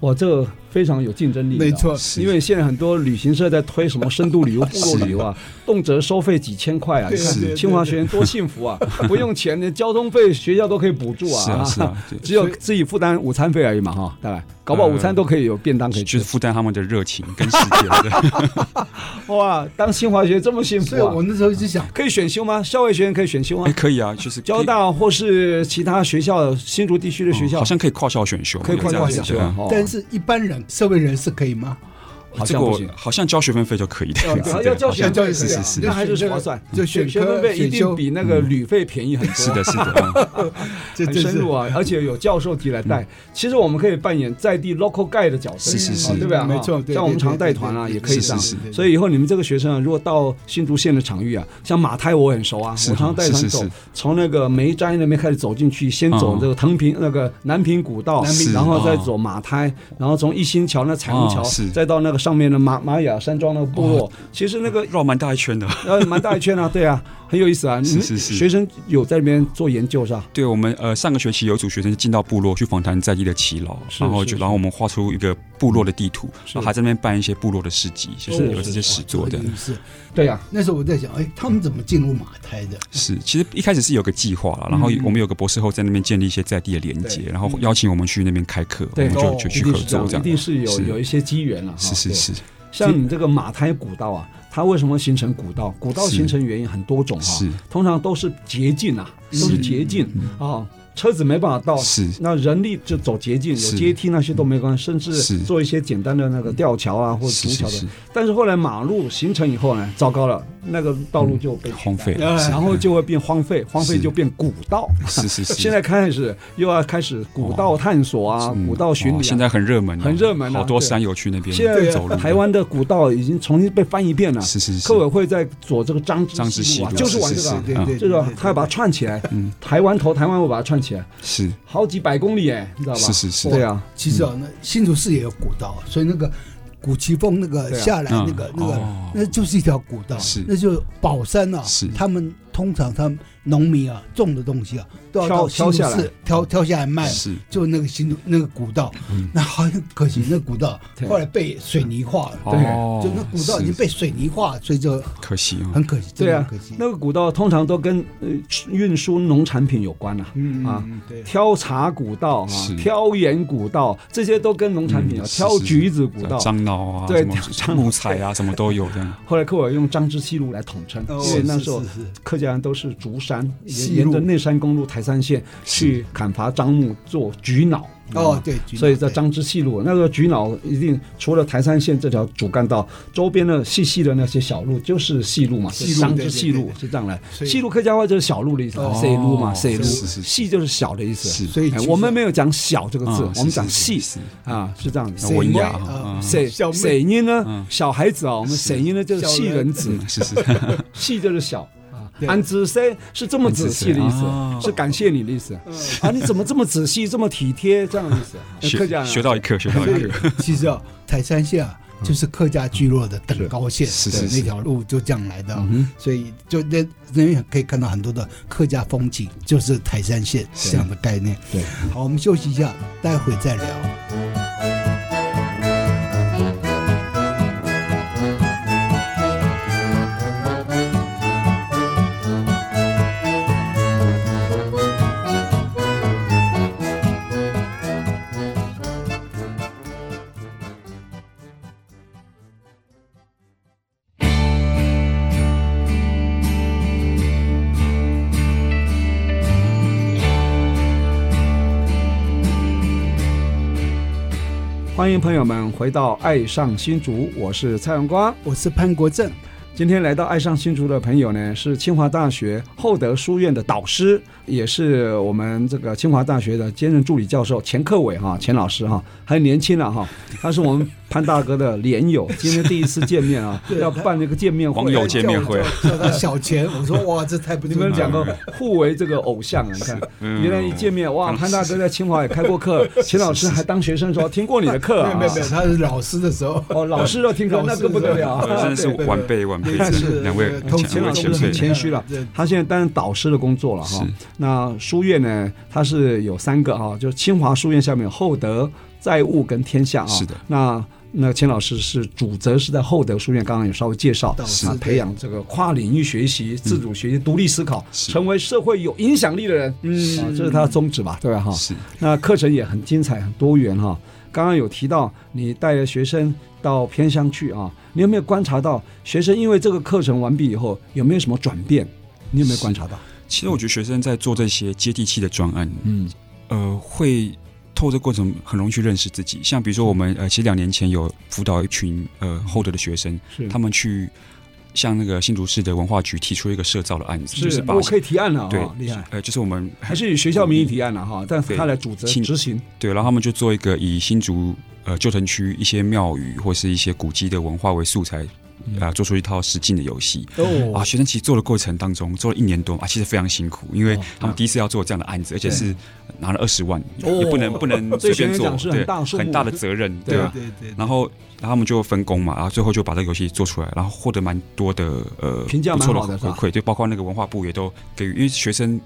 Speaker 1: 哇，这个非常有竞争力的啊。
Speaker 2: 没错，
Speaker 1: 因为现在很多旅行社在推什么深度旅游、部落
Speaker 3: 是
Speaker 1: 旅游 *laughs* 啊，动辄收费几千块啊！你
Speaker 2: 对
Speaker 3: 是
Speaker 1: 看清华学员多幸福 *laughs* 啊，不用钱，连交通费学校都可以补助啊。
Speaker 3: 是啊，是啊，
Speaker 1: *laughs*
Speaker 3: 对，
Speaker 1: 只有自己负担午餐费而已嘛，哈，大概搞不好午餐都可以有便当可以
Speaker 3: 就
Speaker 1: *laughs* 吃
Speaker 3: 是。负担他们的热情跟时间的。
Speaker 1: 哇，当清华学这么幸
Speaker 2: 所以
Speaker 1: 福
Speaker 2: 我
Speaker 1: 啊！
Speaker 2: 那时候就想，
Speaker 1: 可以选修吗？校外学院可以选修吗
Speaker 3: 哎，？可以啊，就是可以
Speaker 1: 交大或是其他学校新竹地区的学
Speaker 3: 嗯
Speaker 1: 校
Speaker 3: 好像可以跨校选修，
Speaker 1: 哦可以跨校选
Speaker 3: 有
Speaker 1: 修
Speaker 3: 这样
Speaker 1: 啊
Speaker 3: 子，
Speaker 1: 哦
Speaker 2: 但是一般人社会人士可以吗？
Speaker 3: 对
Speaker 1: 好
Speaker 3: 这
Speaker 1: 像
Speaker 3: 个
Speaker 1: 不
Speaker 3: 我
Speaker 1: 行。
Speaker 3: 好像交学分费就可以的
Speaker 1: 要
Speaker 3: 样子，
Speaker 1: 要
Speaker 3: 对
Speaker 1: 要交学
Speaker 3: 好像
Speaker 1: 费，啊
Speaker 3: 是是是
Speaker 1: 那还是划算，
Speaker 2: 就选科
Speaker 1: 学分费一
Speaker 2: 选
Speaker 1: 定
Speaker 2: 修
Speaker 1: 比那个旅费便宜很多。啊
Speaker 3: 是的，是的，
Speaker 2: 这
Speaker 1: 很
Speaker 2: 真
Speaker 1: 深
Speaker 2: 是
Speaker 1: 入啊，而且有教授级来带。其实我们可以扮演在地 local guide 的角色，
Speaker 3: 嗯是是是
Speaker 1: 啊对不对啊？
Speaker 2: 没错对对
Speaker 1: 像我们
Speaker 2: 对
Speaker 1: 常带
Speaker 2: 对
Speaker 1: 团啊，
Speaker 2: 对
Speaker 1: 也可以
Speaker 3: 是
Speaker 1: 上。
Speaker 3: 是
Speaker 2: 是
Speaker 1: 所以以后你们这个学生啊，如果到新竹县的场域啊，像马泰我很熟啊，
Speaker 3: 是
Speaker 1: 我常带团
Speaker 3: 是是
Speaker 1: 走
Speaker 3: 是，
Speaker 1: 从那个梅斋那边开始走进去，先走
Speaker 3: 嗯
Speaker 1: 这个藤平那个南平古道
Speaker 3: 南平，是
Speaker 1: 然后再
Speaker 3: 哦
Speaker 1: 走马泰，然后从一心桥那彩虹桥
Speaker 3: 哦是，啊
Speaker 1: 再到那个上面的玛玛雅山庄那个部落。其实那个 *laughs*
Speaker 3: 绕蛮大一圈的。
Speaker 1: 呃，蛮大一圈啊，对啊，很有意思啊。你
Speaker 3: 是
Speaker 1: 们
Speaker 3: 是是
Speaker 1: 学生有在里面做研究是吧？
Speaker 3: 对我们呃上个学期有一组学生进到部落去访谈在地的耆老，
Speaker 1: 是
Speaker 3: 然后
Speaker 1: 是
Speaker 3: 就是然后我们画出一个部落的地图，
Speaker 1: 是
Speaker 3: 然后还在那边办一些部落的市集，就是有这些实作的。
Speaker 2: 是。
Speaker 3: 啊
Speaker 1: 对啊呀、
Speaker 2: 那时候我在想，哎，他们怎么进入马台的？
Speaker 3: 是，其实一开始是有个计划啦，然
Speaker 1: 嗯
Speaker 3: 后我们有个博士后在那边建立一些在地的连接，然后邀请我们去那边开课，我
Speaker 1: 对哦
Speaker 3: 们就就
Speaker 1: 一
Speaker 3: 去
Speaker 1: 定
Speaker 3: 合
Speaker 1: 是这
Speaker 3: 作
Speaker 1: 样，
Speaker 3: 这
Speaker 1: 一
Speaker 3: 样。
Speaker 1: 定是有
Speaker 3: 是
Speaker 1: 有一些机缘了、啊。
Speaker 3: 是是
Speaker 1: 对。
Speaker 3: 是
Speaker 1: 像你这个马胎古道啊，它为什么形成古道？古道
Speaker 3: 是
Speaker 1: 形成原因很多种哈、
Speaker 3: 是嗯
Speaker 1: 通常都是捷径啊，都是捷径啊，车子没办法到。
Speaker 3: 是
Speaker 1: 那人力就走捷径，有
Speaker 3: 是嗯
Speaker 1: 阶梯那些都没关系，甚至
Speaker 3: 是
Speaker 1: 做一些简单的那个吊桥啊或者
Speaker 3: 是
Speaker 1: 竹桥的。
Speaker 3: 是是，
Speaker 1: 但是后来马路形成以后呢，糟糕了，那个道路就被取代
Speaker 3: 荒废了，
Speaker 2: 哎
Speaker 3: 是
Speaker 1: 然后就会变荒废，荒废
Speaker 3: 是
Speaker 1: 就变古道。
Speaker 3: 是是是。
Speaker 1: *laughs* 现在开始又要开始古道探索啊，
Speaker 3: 嗯
Speaker 1: 古道巡礼、啊
Speaker 3: 哦现在很热门啊，
Speaker 1: 很热门啊
Speaker 3: 好多
Speaker 1: 对
Speaker 3: 山友去那边
Speaker 1: 现
Speaker 3: 走
Speaker 1: 在
Speaker 3: 路。
Speaker 1: 台湾的古道已经重新被翻一遍了。
Speaker 3: 是是是，
Speaker 1: 客委会在做这个张之
Speaker 3: 张之
Speaker 1: 西
Speaker 3: 西
Speaker 1: 路啊，
Speaker 3: 路
Speaker 1: 就是玩
Speaker 3: 是
Speaker 1: 这个啊，
Speaker 3: 是
Speaker 2: 对对，
Speaker 1: 这个啊
Speaker 2: 对
Speaker 1: 他要把它串起来
Speaker 3: 嗯，
Speaker 1: 台湾头台湾尾把它串起来，
Speaker 3: 是
Speaker 1: 好几百公里哎，你知道吧？
Speaker 3: 是是是
Speaker 1: 对啊，
Speaker 2: 其实啊，那新竹市也有古道，所以那个古奇峰那个
Speaker 1: 对啊
Speaker 2: 下来
Speaker 3: 嗯
Speaker 2: 那个那个
Speaker 3: 哦
Speaker 2: 那就是一条古道，
Speaker 3: 是
Speaker 2: 那就是宝山啊
Speaker 3: 是。
Speaker 2: 他们通常他们农民啊种的东西啊，都要到
Speaker 1: 挑挑
Speaker 2: 新
Speaker 1: 下
Speaker 2: 竹
Speaker 1: 来
Speaker 2: 市挑挑下来卖，
Speaker 3: 是嗯
Speaker 2: 就那个新竹那个古道，那好像可惜那古道
Speaker 1: *laughs* 对
Speaker 2: 后来被水泥化了，
Speaker 1: 对
Speaker 3: 哦
Speaker 2: 就那古道已经
Speaker 3: 是
Speaker 2: 被水泥化，所以就
Speaker 3: 可惜啊，
Speaker 2: 很可惜，
Speaker 1: 对
Speaker 2: 真的很
Speaker 1: 啊
Speaker 2: 可惜，。
Speaker 1: 那个古道通常都跟呃运输农产品有关啊。
Speaker 2: 嗯
Speaker 1: 啊，
Speaker 2: 嗯对，
Speaker 1: 挑茶古道啊
Speaker 3: 是，
Speaker 1: 挑盐古道，这些都跟农产品啊，
Speaker 3: 嗯是
Speaker 1: 挑
Speaker 3: 是
Speaker 1: 橘子古道，
Speaker 3: 樟脑啊，
Speaker 1: 对
Speaker 3: 什
Speaker 1: *laughs*
Speaker 3: 么木材啊，什么都有这样。
Speaker 1: 后来客委用张之西路来统称，
Speaker 2: 哦
Speaker 1: 因为那时候
Speaker 2: 是是是
Speaker 1: 客家人都是竹山，
Speaker 2: 西
Speaker 1: 沿沿着
Speaker 2: 路
Speaker 1: 内山公路台山线去砍伐樟木做菊脑。
Speaker 2: 哦，对，菊
Speaker 1: 所以
Speaker 2: 脑
Speaker 1: 在
Speaker 2: 对
Speaker 1: 张之细路那个菊脑一定除了台山线这条主干道，周边的细细的那些小路就是细路嘛，
Speaker 2: 细
Speaker 1: 就
Speaker 2: 路
Speaker 1: 是张
Speaker 2: 对
Speaker 1: 之
Speaker 2: 对
Speaker 1: 细
Speaker 2: 对
Speaker 1: 路
Speaker 2: 对
Speaker 1: 是这样来。
Speaker 2: 所以
Speaker 1: 细路客家话就是小路的意思
Speaker 2: 哦，
Speaker 1: 细路嘛，细路，
Speaker 3: 是是是
Speaker 1: 细就是小的意思
Speaker 3: 是。
Speaker 2: 所以
Speaker 1: 哎
Speaker 2: 其实
Speaker 1: 我们没有讲小这个字，
Speaker 3: 嗯
Speaker 1: 我们讲
Speaker 3: 是是
Speaker 1: 细
Speaker 3: 是
Speaker 1: 啊，是这样
Speaker 3: 那
Speaker 1: 子。
Speaker 2: 谁
Speaker 3: 文雅
Speaker 2: 妹
Speaker 3: 哈
Speaker 2: 啊
Speaker 3: 嗯
Speaker 1: 谁
Speaker 2: 小妹
Speaker 1: 谁音呢
Speaker 3: 嗯？
Speaker 1: 小孩子啊，我们谁音呢就是
Speaker 2: 小
Speaker 1: 细
Speaker 2: 人
Speaker 1: 人子，
Speaker 3: 嗯是是，
Speaker 1: 细就是小。啊
Speaker 2: 对
Speaker 1: 安子塞是这么仔细的意思
Speaker 3: 安，哦子塞
Speaker 1: 是感谢你的意思
Speaker 3: 嗯
Speaker 1: 啊！你怎么这么仔细，这么体贴，这样的意
Speaker 3: *laughs*
Speaker 1: 思？啊 *laughs* 客家
Speaker 3: 学
Speaker 1: 人
Speaker 3: 学到一课，学到
Speaker 2: 所
Speaker 3: 一
Speaker 2: 以
Speaker 3: 课，
Speaker 2: *laughs* 其实啊，台山线啊，就是客家聚落的等高线，
Speaker 3: 嗯是
Speaker 2: 对
Speaker 3: 是是嗯
Speaker 2: 那条路就这样来的啊，所以就那那边可以看到很多的客家风景，就是台山线这样的概念。
Speaker 1: 对，
Speaker 2: 好，我们休息一下，待会再聊。
Speaker 1: 欢迎朋友们回到《爱上新竹》，我是蔡荣光。
Speaker 2: 我是潘国正，
Speaker 1: 今天来到《爱上新竹》的朋友呢，是清华大学厚德书院的导师，也是我们这个清华大学的兼任助理教授钱克伟哈，钱老师哈，还年轻了
Speaker 3: *laughs*
Speaker 1: 哈，他是我们潘大哥的连友，今天第一次见面
Speaker 3: *laughs*
Speaker 1: 啊，
Speaker 2: 对
Speaker 1: 要办那个见面会，
Speaker 3: 网友见面会
Speaker 2: 叫
Speaker 3: *laughs*
Speaker 2: 我叫他小钱，我说哇，这太不
Speaker 1: 你
Speaker 2: 正常
Speaker 1: 们
Speaker 2: 了
Speaker 1: 讲过互为这个偶像啊，你看，
Speaker 2: 嗯
Speaker 1: 原来一见面，哇，潘大哥在清华也开过
Speaker 2: *laughs*
Speaker 1: 课，钱老师还当学生的时候听过你的课
Speaker 2: 没
Speaker 1: 啊
Speaker 2: 有没有没有，他是老师的时候，
Speaker 1: 哦，老师要听课，那更不得了，
Speaker 3: 对真的是
Speaker 1: 对
Speaker 3: 晚辈晚辈，
Speaker 2: 对对对
Speaker 3: 两位
Speaker 2: 对啊同
Speaker 3: 两位
Speaker 1: 前
Speaker 3: 前
Speaker 1: 老师很
Speaker 3: 辈，
Speaker 1: 谦虚了
Speaker 2: 对。
Speaker 1: 他现在担任导师的工作了哈
Speaker 3: 是。
Speaker 1: 那书院呢，它是有三个哈，就是清华书院下面有厚德、载物跟天下啊。
Speaker 3: 是的。
Speaker 1: 那那钱老师是主责是在厚德书院，刚刚有稍微介绍
Speaker 2: 导师
Speaker 1: 啊
Speaker 2: 对
Speaker 1: 培养这个跨领域学习、自主学习、独立思考，
Speaker 3: 是
Speaker 1: 成为社会有影响力的人。嗯，啊这是他的宗旨吧？对吧？哈。
Speaker 3: 是
Speaker 1: 那课程也很精彩、很多元哈、刚刚有提到你带着学生到偏乡去啊，你有没有观察到学生因为这个课程完毕以后有没有什么转变？你有没有观察到？
Speaker 3: 其实我觉得学生在做这些接地气的专案，
Speaker 1: 嗯，
Speaker 3: 呃，会透过过程很容易去认识自己。像比如说我
Speaker 1: 嗯
Speaker 3: 们呃，其实两年前有辅导一群呃厚德的学生，
Speaker 1: 是
Speaker 3: 他们去向那个新竹市的文化局提出一个社造的案子，就是
Speaker 1: 是，
Speaker 3: 把
Speaker 1: 我可以提案了啊、
Speaker 3: 对
Speaker 1: 厉害，
Speaker 3: 呃，就是我们
Speaker 1: 还是以学校名义提案了哈、但是他来主责
Speaker 3: 请
Speaker 1: 执行，
Speaker 3: 对，然后他们就做一个以新竹呃旧城区一些庙宇或是一些古迹的文化为素材。
Speaker 1: 嗯
Speaker 3: 啊、做出一套实境的游戏
Speaker 1: 哦
Speaker 3: 啊！学生其实做的过程当中，做了一年多啊，其实非常辛苦，因为
Speaker 1: 哦
Speaker 3: 他们第一次要做这样的案子，而且是拿了二十万，
Speaker 1: 哦
Speaker 3: 也不能不能
Speaker 1: 对
Speaker 3: 随
Speaker 1: 学
Speaker 3: 便
Speaker 1: 生
Speaker 3: 做
Speaker 1: 讲，是很
Speaker 3: 对
Speaker 1: 大的数，目
Speaker 3: 很大的责任，
Speaker 1: 对
Speaker 3: 对
Speaker 1: 啊
Speaker 3: 吧？
Speaker 2: 对对
Speaker 3: 然后，然后他们就分工嘛，然后最后就把这个游戏做出来，然后获得蛮多的呃
Speaker 1: 评价
Speaker 3: 不
Speaker 1: 蛮
Speaker 3: 错
Speaker 1: 好的是
Speaker 3: 回
Speaker 1: 吧
Speaker 3: 馈，就包括那个文化部也都给予，因为学生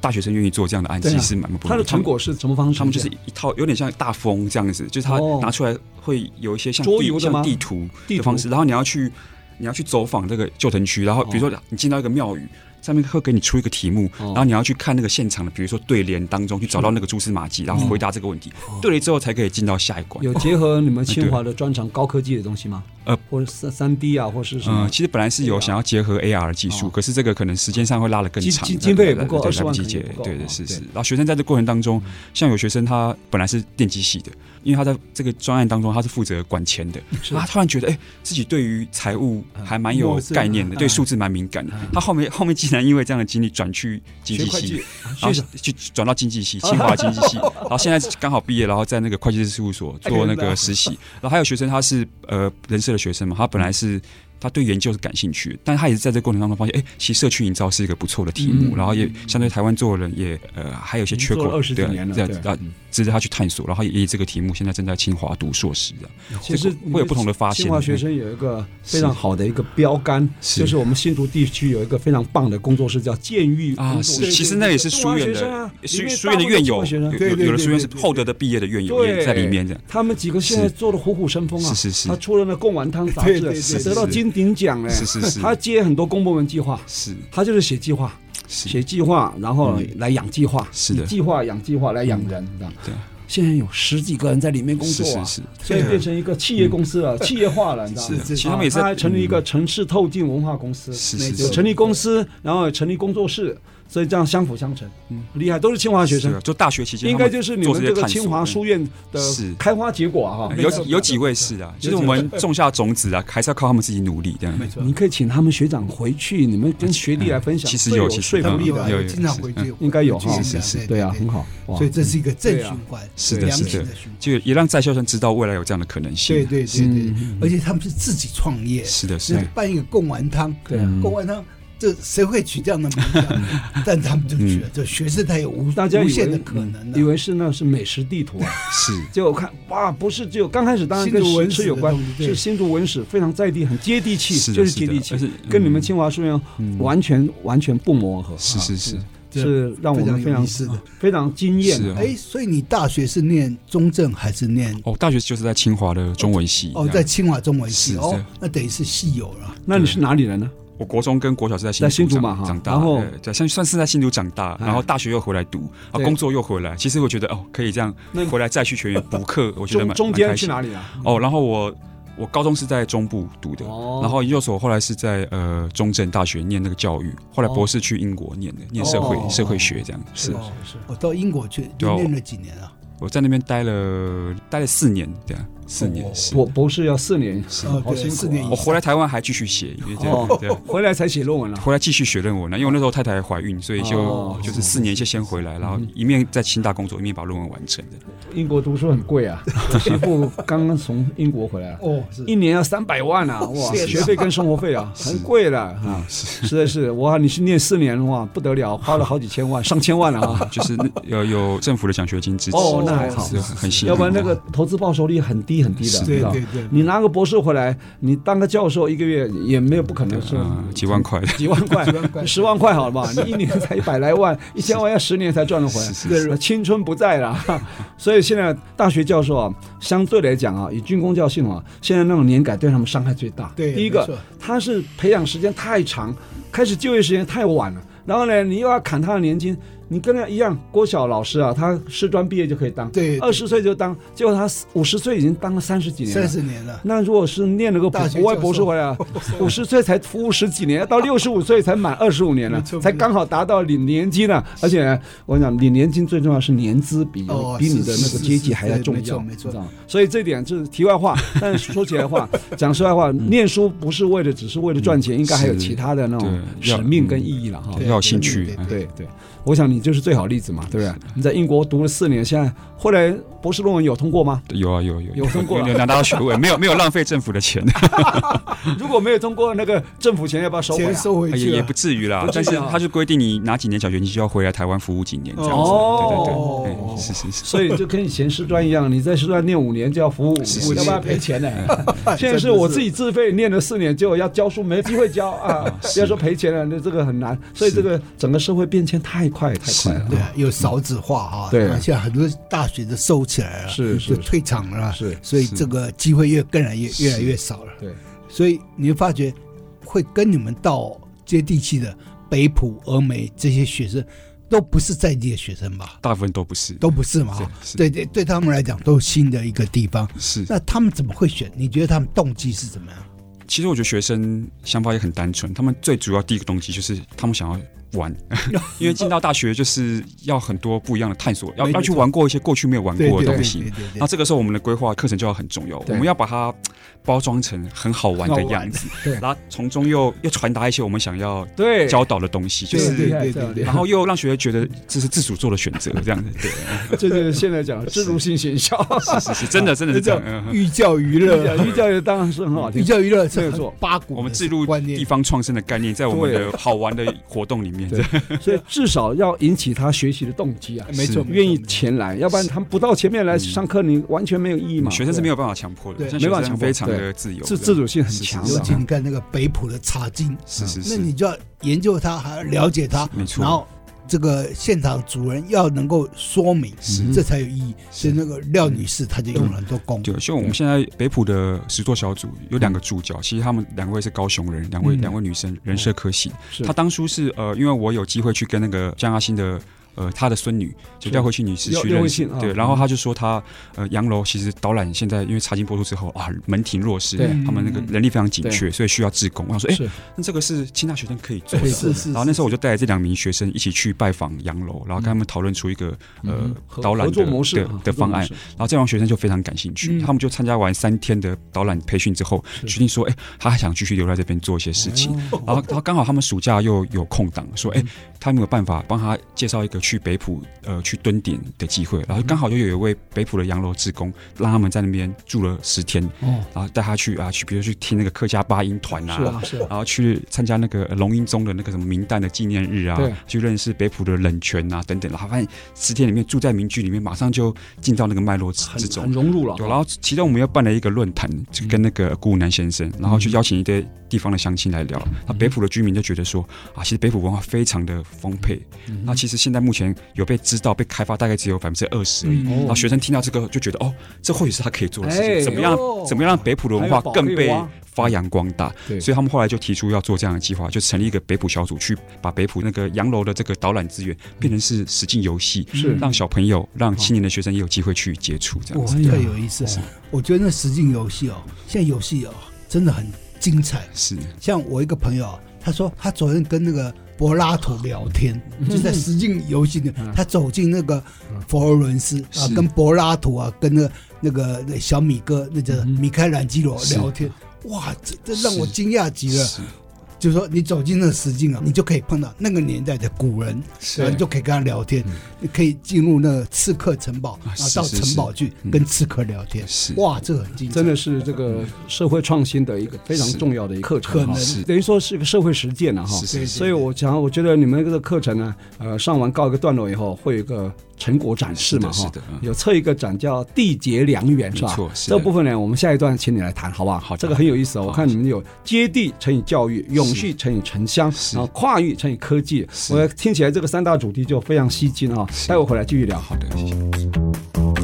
Speaker 3: 大学生愿意做这样的案，
Speaker 1: 对
Speaker 3: 其
Speaker 1: 啊
Speaker 3: 实蛮不容易。
Speaker 1: 他的成
Speaker 3: 们
Speaker 1: 果是什么方式？
Speaker 3: 他们就是一套有点像大风这样子，就是他
Speaker 1: 哦
Speaker 3: 拿出来会有一些像
Speaker 1: 桌
Speaker 3: 地
Speaker 1: 游的吗
Speaker 3: 像地图
Speaker 1: 地图
Speaker 3: 的方式，然后你要去你要去走访这个旧城区，然后比如说你进到一个庙宇。上面会给你出一个题目，
Speaker 1: 哦嗯
Speaker 3: 然后你要去看那个现场的，比如说对联当中去找到那个蛛丝马迹，然后回答这个问题，对了之后才可以进到下一关。
Speaker 1: 哦有结合你们清华的专长高科技的东西吗？
Speaker 3: 呃，
Speaker 1: 或者三三 D 啊，或是什么？啊
Speaker 3: 嗯，其实本来是有想要结合 AR 的技术，
Speaker 1: 哦
Speaker 3: 可是这个可能时间上会拉得更
Speaker 1: 经
Speaker 3: 长，
Speaker 1: 经经费也不够
Speaker 3: 对
Speaker 1: 20万
Speaker 3: 来及
Speaker 1: 可能也
Speaker 3: 结
Speaker 1: 不够
Speaker 3: 对
Speaker 1: 哦
Speaker 3: 对是是
Speaker 1: 对。嗯
Speaker 3: 然后学生在这过程当中，像有学生他本来是电机系的，因为他在这个专案当中他是负责管钱的，
Speaker 1: 是嗯
Speaker 3: 然后他突然觉得哎、自己对于财务还蛮有
Speaker 2: 陌生
Speaker 3: 概念的，
Speaker 2: 嗯
Speaker 3: 对数字蛮敏感的。他后面后面竟然因为这样的经历转去经
Speaker 1: 学
Speaker 3: 济
Speaker 1: 会计
Speaker 3: 系，，
Speaker 1: 学
Speaker 3: 然
Speaker 1: 什
Speaker 3: 后去转到经济系，清华经济
Speaker 1: *laughs*
Speaker 3: 系，然后现在刚好毕业，然后在那个会计师事务所
Speaker 1: 哎
Speaker 3: 做那
Speaker 1: 啊
Speaker 3: 个实习。然后还有学生，他是呃人社的学生嘛，他本来是他对研究是感兴趣的，但他也是在这个过程当中发现，哎，其实社区营造是一个不错的题
Speaker 1: 嗯
Speaker 3: 目，然后也相对台湾做的人也呃还有一些
Speaker 1: 已
Speaker 3: 缺
Speaker 1: 经
Speaker 3: 口
Speaker 1: 做，了20几
Speaker 3: 对
Speaker 1: 年了
Speaker 3: 这样
Speaker 1: 对
Speaker 3: 啊
Speaker 1: 嗯
Speaker 3: 值得他去探索。然后也以这个题目现在正在清华读硕士的，
Speaker 1: 其实
Speaker 3: 会有不同的发现
Speaker 1: 清华学生有一个非常好的一个标杆，
Speaker 3: 是
Speaker 1: 就是我们新竹地区有一个非常棒的工作室，叫监狱
Speaker 3: 啊
Speaker 1: 工作
Speaker 3: 是
Speaker 1: 室
Speaker 3: 其实那也是
Speaker 1: 清华
Speaker 3: 书院
Speaker 1: 学生
Speaker 3: 的
Speaker 1: 啊里
Speaker 3: 书
Speaker 1: 面
Speaker 3: 书
Speaker 1: 大
Speaker 3: 院
Speaker 1: 部
Speaker 3: 的
Speaker 1: 分
Speaker 3: 院
Speaker 1: 清
Speaker 3: 友
Speaker 1: 华学生，
Speaker 3: 有有有的书院是
Speaker 2: 对对对对对
Speaker 3: 厚德的毕业的院友
Speaker 1: 对，
Speaker 3: 也在里面的。
Speaker 1: 他们几个现在
Speaker 3: 是
Speaker 1: 做的虎虎生风啊，
Speaker 3: 是是是
Speaker 1: 他出了那《贡丸汤》杂
Speaker 2: 对对对
Speaker 1: 志，
Speaker 2: 是
Speaker 1: 得到
Speaker 3: 是
Speaker 1: 金鼎奖嘞，
Speaker 3: 是是是
Speaker 1: 他接很多公部门计划，
Speaker 3: 是
Speaker 1: 他就是写计划，
Speaker 3: 是嗯
Speaker 1: 写计划，然后来养计划，
Speaker 3: 是的嗯
Speaker 1: 以计划养计划来养人，这样。
Speaker 3: 对
Speaker 1: 现在有十几个人在里面工
Speaker 3: 是
Speaker 1: 作
Speaker 3: 是
Speaker 1: 啊，
Speaker 3: 是，
Speaker 1: 所以变成一个企业公司了，啊企业化了，你知道
Speaker 3: 是
Speaker 1: 吗？，
Speaker 3: 其实
Speaker 1: 啊
Speaker 3: 他们也在
Speaker 1: 还成立一个城市透镜文化公司，
Speaker 3: 是
Speaker 2: 没
Speaker 3: 是
Speaker 2: 错
Speaker 1: 有
Speaker 3: 是
Speaker 1: 成立公司，然后有成立工作室，所以这样相辅相成，嗯，厉害，都是清华学
Speaker 3: 是
Speaker 1: 生
Speaker 3: 啊，，就大学期间
Speaker 1: 应该就是你们这个清华书
Speaker 3: 院
Speaker 1: 院的
Speaker 3: 是哎
Speaker 1: 开花结果啊哈。
Speaker 3: 嗯有几有几位是啊，就是我们种下种子啊，还是要靠他们自己努力这样。
Speaker 2: 没错
Speaker 1: 你，可以请他们学长回去，你们跟学弟来分享，
Speaker 3: 哎其实
Speaker 1: 最
Speaker 3: 有
Speaker 1: 有
Speaker 3: 其实
Speaker 1: 说
Speaker 2: 他
Speaker 1: 服
Speaker 2: 们
Speaker 1: 力
Speaker 2: 有
Speaker 3: 有
Speaker 1: 吧
Speaker 3: 有
Speaker 2: 有经常回去，
Speaker 1: 应该有哈
Speaker 2: 回去一下
Speaker 1: 对啊，很。好，哇
Speaker 2: 所以这是一个正
Speaker 1: 对啊
Speaker 2: 循环，
Speaker 3: 是的
Speaker 2: 良
Speaker 3: 是的
Speaker 2: 性的循环。
Speaker 3: 就也让在校生知道未来有这样的可能性。啊
Speaker 2: 对对对对
Speaker 1: 嗯，
Speaker 2: 而且他们是自己创业，
Speaker 3: 是的，
Speaker 2: 是
Speaker 3: 是的，
Speaker 2: 办一个贡丸汤，
Speaker 1: 对啊嗯
Speaker 2: 贡丸汤。这谁会取这样的名字啊？但他们就取了。这学生他有无
Speaker 1: 大家以
Speaker 2: 无
Speaker 1: 为嗯
Speaker 2: 限的可
Speaker 3: 啊
Speaker 2: 能的啊
Speaker 1: 以。为是那是美食地图啊，
Speaker 3: 是
Speaker 1: 结果看哇，不是只有刚开始当然跟
Speaker 2: 新竹
Speaker 1: 食
Speaker 2: 文史
Speaker 1: 吃有关
Speaker 2: 的东，西对
Speaker 1: 是新竹文史非常在地，很接地气，
Speaker 3: 是的
Speaker 1: 就是接地
Speaker 3: 是
Speaker 1: 气
Speaker 3: 的而，且嗯
Speaker 1: 跟你们清华书院完全完全不谋而合，
Speaker 3: 是是是
Speaker 1: 啊
Speaker 2: 对
Speaker 1: 是让我们非
Speaker 2: 非常有
Speaker 1: 常
Speaker 2: 意思的
Speaker 1: 非常惊艳
Speaker 3: 是啊
Speaker 2: 哎，所以你大学是念中正还是念？
Speaker 3: 哦，大学就是在清华的中文系。
Speaker 2: 哦，在清华中文系
Speaker 3: 是
Speaker 2: 哦
Speaker 3: 是，
Speaker 2: 那等于是系友啊了。
Speaker 1: 那你是哪里人呢？
Speaker 3: 我国中跟国小是在新
Speaker 1: 在新竹
Speaker 3: 长
Speaker 1: 嘛哈
Speaker 3: 长大，
Speaker 1: 然后
Speaker 3: 对对，算算是在新竹长大，
Speaker 1: 哎
Speaker 3: 然后大学又回来读，啊，
Speaker 1: 对
Speaker 3: 工作又回来。其实我觉得哦，可以这样
Speaker 1: 那
Speaker 3: 回来再去全员补课，我觉得
Speaker 1: 中
Speaker 3: 蛮
Speaker 1: 中
Speaker 3: 蛮
Speaker 1: 间
Speaker 3: 开
Speaker 1: 去
Speaker 3: 心
Speaker 1: 哪里啊？
Speaker 3: 哦，然后我我高中是在中部读的，
Speaker 1: 哦
Speaker 3: 然后研究所后来是在呃中正大学念那个教育，后来博士去英国念的，念社会、
Speaker 1: 哦
Speaker 3: 社会学这样。是，
Speaker 2: 哦，我到英国去
Speaker 3: 对啊
Speaker 2: 念了几年啊？
Speaker 3: 我在那边待了待了四年，这样四年、是。
Speaker 1: 博博士要四年，
Speaker 2: 哦，
Speaker 1: 好辛
Speaker 2: 对，
Speaker 1: 苦啊
Speaker 2: 四年以
Speaker 3: 我
Speaker 2: 上。
Speaker 3: 回来台湾还继续写，因为这样
Speaker 1: 哦
Speaker 3: 对啊
Speaker 1: 回来才写论文了。啊
Speaker 3: 回来继续学论文了，因为我那时候太太怀孕，所以就、
Speaker 1: 哦嗯
Speaker 3: 就是四年就先回来，然后一面在清大工作，一面把论文完成的。
Speaker 1: 英国读书很贵啊，我媳妇刚刚从英国回来啊，
Speaker 2: 哦，是
Speaker 1: 一年要三百万啊，哇，
Speaker 2: 是
Speaker 1: 学费跟生活费啊，很贵了啊，实在是哇，你是念四年的话不得了，花了好几千万、上千万了啊，
Speaker 3: 就是那有有政府的奖学金支持，
Speaker 1: 哦那还好
Speaker 3: 是很很幸运。
Speaker 1: 要不然那个投资报酬率很低很低的，
Speaker 2: 对
Speaker 1: 知道
Speaker 2: 对对
Speaker 1: 你拿个博士回来，你当个教授一个月也没有不可能是
Speaker 3: 嗯几万块，
Speaker 1: *laughs* 几万块、
Speaker 2: 块
Speaker 1: 十万块好了吧？你一年才一百来
Speaker 2: *laughs*
Speaker 1: 万，一千万要十年才赚得回
Speaker 3: 是
Speaker 1: 来，青春不在了。 *laughs* 所以现在大学教授啊，相对来讲啊，以军工教系统啊，现在那种年改对他们伤害最大。
Speaker 2: 对
Speaker 1: 第一
Speaker 2: 没
Speaker 1: 个
Speaker 2: 错
Speaker 1: 他是培养时间太长，开始就业时间太晚了，然后呢，你又要砍他的年金。你跟他一样，郭晓老师啊，他师专毕业就可以当，
Speaker 2: 对对
Speaker 1: 二十岁就当，结果他五十岁已经当了三十几年了，
Speaker 2: 三十年了。
Speaker 1: 那如果是念了个
Speaker 2: 大
Speaker 1: 博
Speaker 2: 学
Speaker 1: 国外
Speaker 2: 教授
Speaker 1: 博士回
Speaker 2: *laughs*
Speaker 1: 来啊，五十岁才服务十几年，到六十五岁才满二十五年
Speaker 2: *laughs*
Speaker 1: 呢
Speaker 2: 没错，
Speaker 1: 才刚好达到领年金呢。而且呢我跟你讲领年金最重要是年资比
Speaker 2: 哦
Speaker 1: 比你的
Speaker 2: 是
Speaker 1: 那个阶级还要
Speaker 2: 是是
Speaker 1: 重
Speaker 2: 没
Speaker 1: 要，
Speaker 2: 错没错
Speaker 1: 知道吗所以这点就是题外
Speaker 2: *laughs*
Speaker 1: 话，但是说起来话，讲实在话，念书不是为了只是为了赚钱，应该还有
Speaker 3: 是
Speaker 1: 其他的那种
Speaker 3: 对嗯
Speaker 1: 使
Speaker 3: 要
Speaker 1: 命跟意义了哈。
Speaker 2: 对
Speaker 3: 要有兴趣
Speaker 2: 对对。
Speaker 1: 啊对对，我想你就是最好例子嘛，对不对？你在英国读了四年，现在后来博士论文有通过吗？
Speaker 3: 有啊有啊有啊
Speaker 1: 有通过啊
Speaker 3: 有有拿到学位，没有没有浪费政府的钱，
Speaker 1: 如果没有通过，那个政府钱要不要收回
Speaker 2: 钱
Speaker 1: 来？啊
Speaker 2: 收回
Speaker 3: 也
Speaker 2: 去
Speaker 3: 也
Speaker 2: 了
Speaker 3: 不。至于啦
Speaker 1: 不。至于
Speaker 3: 但
Speaker 1: 啊
Speaker 3: 是他就规定你哪几年奖学金就要回来台湾服务几年这样子。
Speaker 1: 哦
Speaker 3: 对对对，哎是是是。
Speaker 1: 所以就跟以前师专一样，你在师专念五年就要服 *laughs* 务五
Speaker 3: 是是
Speaker 1: 年，要不然赔钱呢。现在
Speaker 2: 真
Speaker 1: 是
Speaker 2: 的
Speaker 1: 我自己自费念了四年，结果要教书没机会教 *laughs* 啊，不要说赔钱了，那这个很难。所以这个整个社会变迁太快太快了。
Speaker 2: 对啊，
Speaker 3: 嗯
Speaker 2: 有少子化哈、
Speaker 1: 对
Speaker 2: 而且很多大学都收起来了，
Speaker 1: 是是
Speaker 2: 就退场了，
Speaker 1: 是
Speaker 2: 所以这个机会越更来越越来越少了。
Speaker 1: 对，
Speaker 2: 所以你会发觉，会跟你们到接地气的北普、峨眉这些学生，都不是在地的学生吧？
Speaker 3: 大部分都不是，
Speaker 2: 都不是嘛，哈
Speaker 3: 是是
Speaker 2: 对对，对他们来讲都是新的一个地方。
Speaker 3: 是。
Speaker 2: 那他们怎么会选？你觉得他们动机是怎么样？
Speaker 3: 其实我觉得学生想法也很单纯，他们最主要第一个动机就是他们想要玩，因为进到大学就是要很多不一样的探索，要
Speaker 2: 没错
Speaker 3: 要去玩过一些过去没有玩
Speaker 2: 对
Speaker 3: 过
Speaker 2: 对
Speaker 3: 的
Speaker 2: 对
Speaker 3: 东
Speaker 2: 对
Speaker 3: 西。
Speaker 2: 对对，
Speaker 3: 那这个时候，我们的规划课程就要很重要，我
Speaker 1: 对
Speaker 3: 们要把它包装成很好玩的样子，
Speaker 1: 对
Speaker 3: 然后从中又又传达一些我们想要
Speaker 1: 对，
Speaker 3: 教导的东西，就
Speaker 2: 对
Speaker 3: 是
Speaker 2: 对
Speaker 1: 对
Speaker 2: 对
Speaker 1: 对
Speaker 2: 对
Speaker 1: 对
Speaker 2: 对，
Speaker 3: 然后又让学生觉得这是自主做的选择，这样子，对，
Speaker 1: *laughs* 这就是现在讲的制度性学校。 *laughs*
Speaker 3: 是是是，真的真的是这样。嗯
Speaker 2: 寓教于
Speaker 3: *laughs*
Speaker 2: 乐，
Speaker 1: 寓教育当然是很好
Speaker 2: 寓
Speaker 1: 听，
Speaker 2: 教于乐是
Speaker 1: 没
Speaker 2: 很
Speaker 1: 错
Speaker 2: 八股的
Speaker 3: 我们置入
Speaker 2: 观
Speaker 3: 地
Speaker 2: 念，
Speaker 3: 方创生的概念，在我们的好玩的活动里面，
Speaker 1: 对所以至少要引起他学习的动机啊，
Speaker 2: 没错，
Speaker 3: 是
Speaker 2: 没错
Speaker 1: 愿意前来，要不然他们不到前面来上课，你完全没有意义嘛。
Speaker 3: 学生是没
Speaker 1: 有
Speaker 3: 有办法强迫的，
Speaker 2: 对
Speaker 3: 像
Speaker 1: 没办法
Speaker 3: 学
Speaker 1: 强
Speaker 3: 生
Speaker 1: 迫
Speaker 3: 非常
Speaker 1: 对
Speaker 3: 的自由，
Speaker 1: 自自主性很
Speaker 3: 是是
Speaker 1: 强
Speaker 3: 是
Speaker 2: 尤
Speaker 1: 的
Speaker 2: 其
Speaker 1: 啊。
Speaker 2: 你看那个北普的茶经，
Speaker 3: 是是
Speaker 2: 那
Speaker 3: 是，
Speaker 2: 你就要研究它，还要了解它，
Speaker 3: 没错
Speaker 2: 然后这个现场主人要能够说明，
Speaker 3: 嗯
Speaker 2: 这才有意义。所以那个廖女士她就用了很多功，
Speaker 3: 就就我们现在北普的实作小组有两个助教，其实他们两位是高雄人，两位
Speaker 1: 嗯
Speaker 3: 两位女生，人社科系
Speaker 1: 是。
Speaker 3: 她当初是呃，因为我有机会去跟那个江阿新的呃他的孙女，就廖慧庆女士
Speaker 1: 廖
Speaker 3: 去
Speaker 1: 廖
Speaker 3: 认
Speaker 1: 慧
Speaker 3: 识
Speaker 1: 庆啊，
Speaker 3: 对，然后他就说他呃洋楼其实导览现在因为查经播出之后啊，门庭若市，
Speaker 1: 对嗯
Speaker 3: 他们那个人力非常紧
Speaker 1: 对
Speaker 3: 缺，所以需要志工。我想说，哎、
Speaker 1: 是
Speaker 3: 那这个是清大学生可以做的。
Speaker 1: 是是
Speaker 3: 然后那时候我就带着这两名学生一起去拜访洋楼，然后跟他们讨论出一个呃
Speaker 1: 嗯合
Speaker 3: 导览
Speaker 1: 合
Speaker 3: 的
Speaker 1: 作模式
Speaker 3: 的
Speaker 1: 啊
Speaker 3: 的方案
Speaker 1: 合作模，
Speaker 3: 然后这帮学生就非常感兴趣，
Speaker 1: 嗯
Speaker 3: 他们就参加完三天的导览培训之后，决定说，哎，他还想继续留在这边做一些事情。
Speaker 1: 哦
Speaker 3: 然后，然后刚好他们暑假又有空档，说，
Speaker 1: 嗯
Speaker 3: 哎，他们有办法帮他介绍一个去北浦呃去蹲点的机会，然后刚好又有一位北浦的洋楼志工，让他们在那边住了十天，
Speaker 1: 哦，
Speaker 3: 然后带他去啊去，比如去听那个客家八音团
Speaker 1: 是啊是啊，
Speaker 3: 然后去参加那个呃龙英宗的那个什么明旦的纪念日啊
Speaker 1: 对，
Speaker 3: 去认识北浦的冷泉啊等等，然后发现十天里面住在民居里面，马上就进到那个脉络之之
Speaker 1: 很很
Speaker 3: 中。
Speaker 1: 融入了
Speaker 3: 对，
Speaker 1: 哈，
Speaker 3: 然后其中我们又办了一个论坛，就跟那个顾南先
Speaker 1: 嗯
Speaker 3: 生，然后去邀请一堆地方的乡亲来聊。那北浦的居民就觉得说，啊，其实北浦文化非常的丰沛。
Speaker 1: 嗯
Speaker 3: 那其实现在目前有被知道、被开发，大概只有百分之二十而已。
Speaker 1: 嗯
Speaker 3: 然后学生听到这个就觉得，哦，这或许是他可以做的事
Speaker 1: 哎
Speaker 3: 情。怎么样
Speaker 1: 哦？
Speaker 3: 怎么样让北浦的文
Speaker 1: 还
Speaker 3: 化
Speaker 1: 有宝
Speaker 3: 更
Speaker 1: 可以
Speaker 3: 被
Speaker 1: 挖
Speaker 3: 发扬光大？
Speaker 1: 对
Speaker 3: 所以他们后来就提出要做这样的计划，就成立一个北浦小组，去把北浦那个洋楼的这个导览资源变成是实境游戏，
Speaker 1: 是
Speaker 3: 让小朋友、让青年的学生也有机会去接触这样
Speaker 2: 哇，
Speaker 3: 子。
Speaker 2: 太有意思
Speaker 3: 是
Speaker 2: 了！我觉得那实境游戏哦，现在游戏哦真的很精彩。
Speaker 3: 是
Speaker 2: 像我一个朋友啊，他说他昨天跟那个柏拉图聊天，
Speaker 3: 嗯
Speaker 2: 就在实境游戏里
Speaker 1: 嗯，
Speaker 2: 他走进那个佛罗伦斯啊，
Speaker 3: 是
Speaker 2: 跟柏拉图啊，跟那个那个那小米哥那叫米开朗基罗
Speaker 3: 嗯是
Speaker 2: 聊天。哇，这这让我
Speaker 3: 是
Speaker 2: 惊讶极了！
Speaker 3: 是
Speaker 2: 就是说，你走进那个实境啊，你就可以碰到那个年代的古人，然后你就可以跟他聊天，你可以进入那个刺客城堡，然后
Speaker 3: 嗯啊是
Speaker 2: 到
Speaker 3: 是是
Speaker 2: 城堡去
Speaker 3: 嗯
Speaker 2: 跟刺客聊天。
Speaker 3: 是
Speaker 2: 哇，这个很精彩，
Speaker 1: 真的是这个社会创新的一个非常重要的一个课程
Speaker 2: 可
Speaker 1: 哈，
Speaker 2: 能
Speaker 3: 是
Speaker 1: 等于说是一个社会实践了啊哈
Speaker 3: 是。是
Speaker 2: 对
Speaker 3: 是
Speaker 1: 所以我想，我觉得你们这个课程呢，呃，上完告一个段落以后，会有一个成果展示嘛
Speaker 3: 是
Speaker 1: 哈
Speaker 3: 的是的嗯。
Speaker 1: 有测一个展叫“缔结良缘”是吧
Speaker 3: 没错？是
Speaker 1: 这
Speaker 3: 的
Speaker 1: 部分呢，我们下一段请你来谈，好不好？
Speaker 3: 好的
Speaker 1: 这个很有意思哦。
Speaker 3: 好
Speaker 1: 我看你们有接地乘以教育，永
Speaker 3: 是
Speaker 1: 续乘以城乡，
Speaker 3: 是
Speaker 1: 然后跨域乘以科技。
Speaker 3: 是
Speaker 1: 我听起来这个三大主题就非常吸睛啊。
Speaker 3: 是
Speaker 1: 待会回来继续聊。
Speaker 3: 好的，谢谢。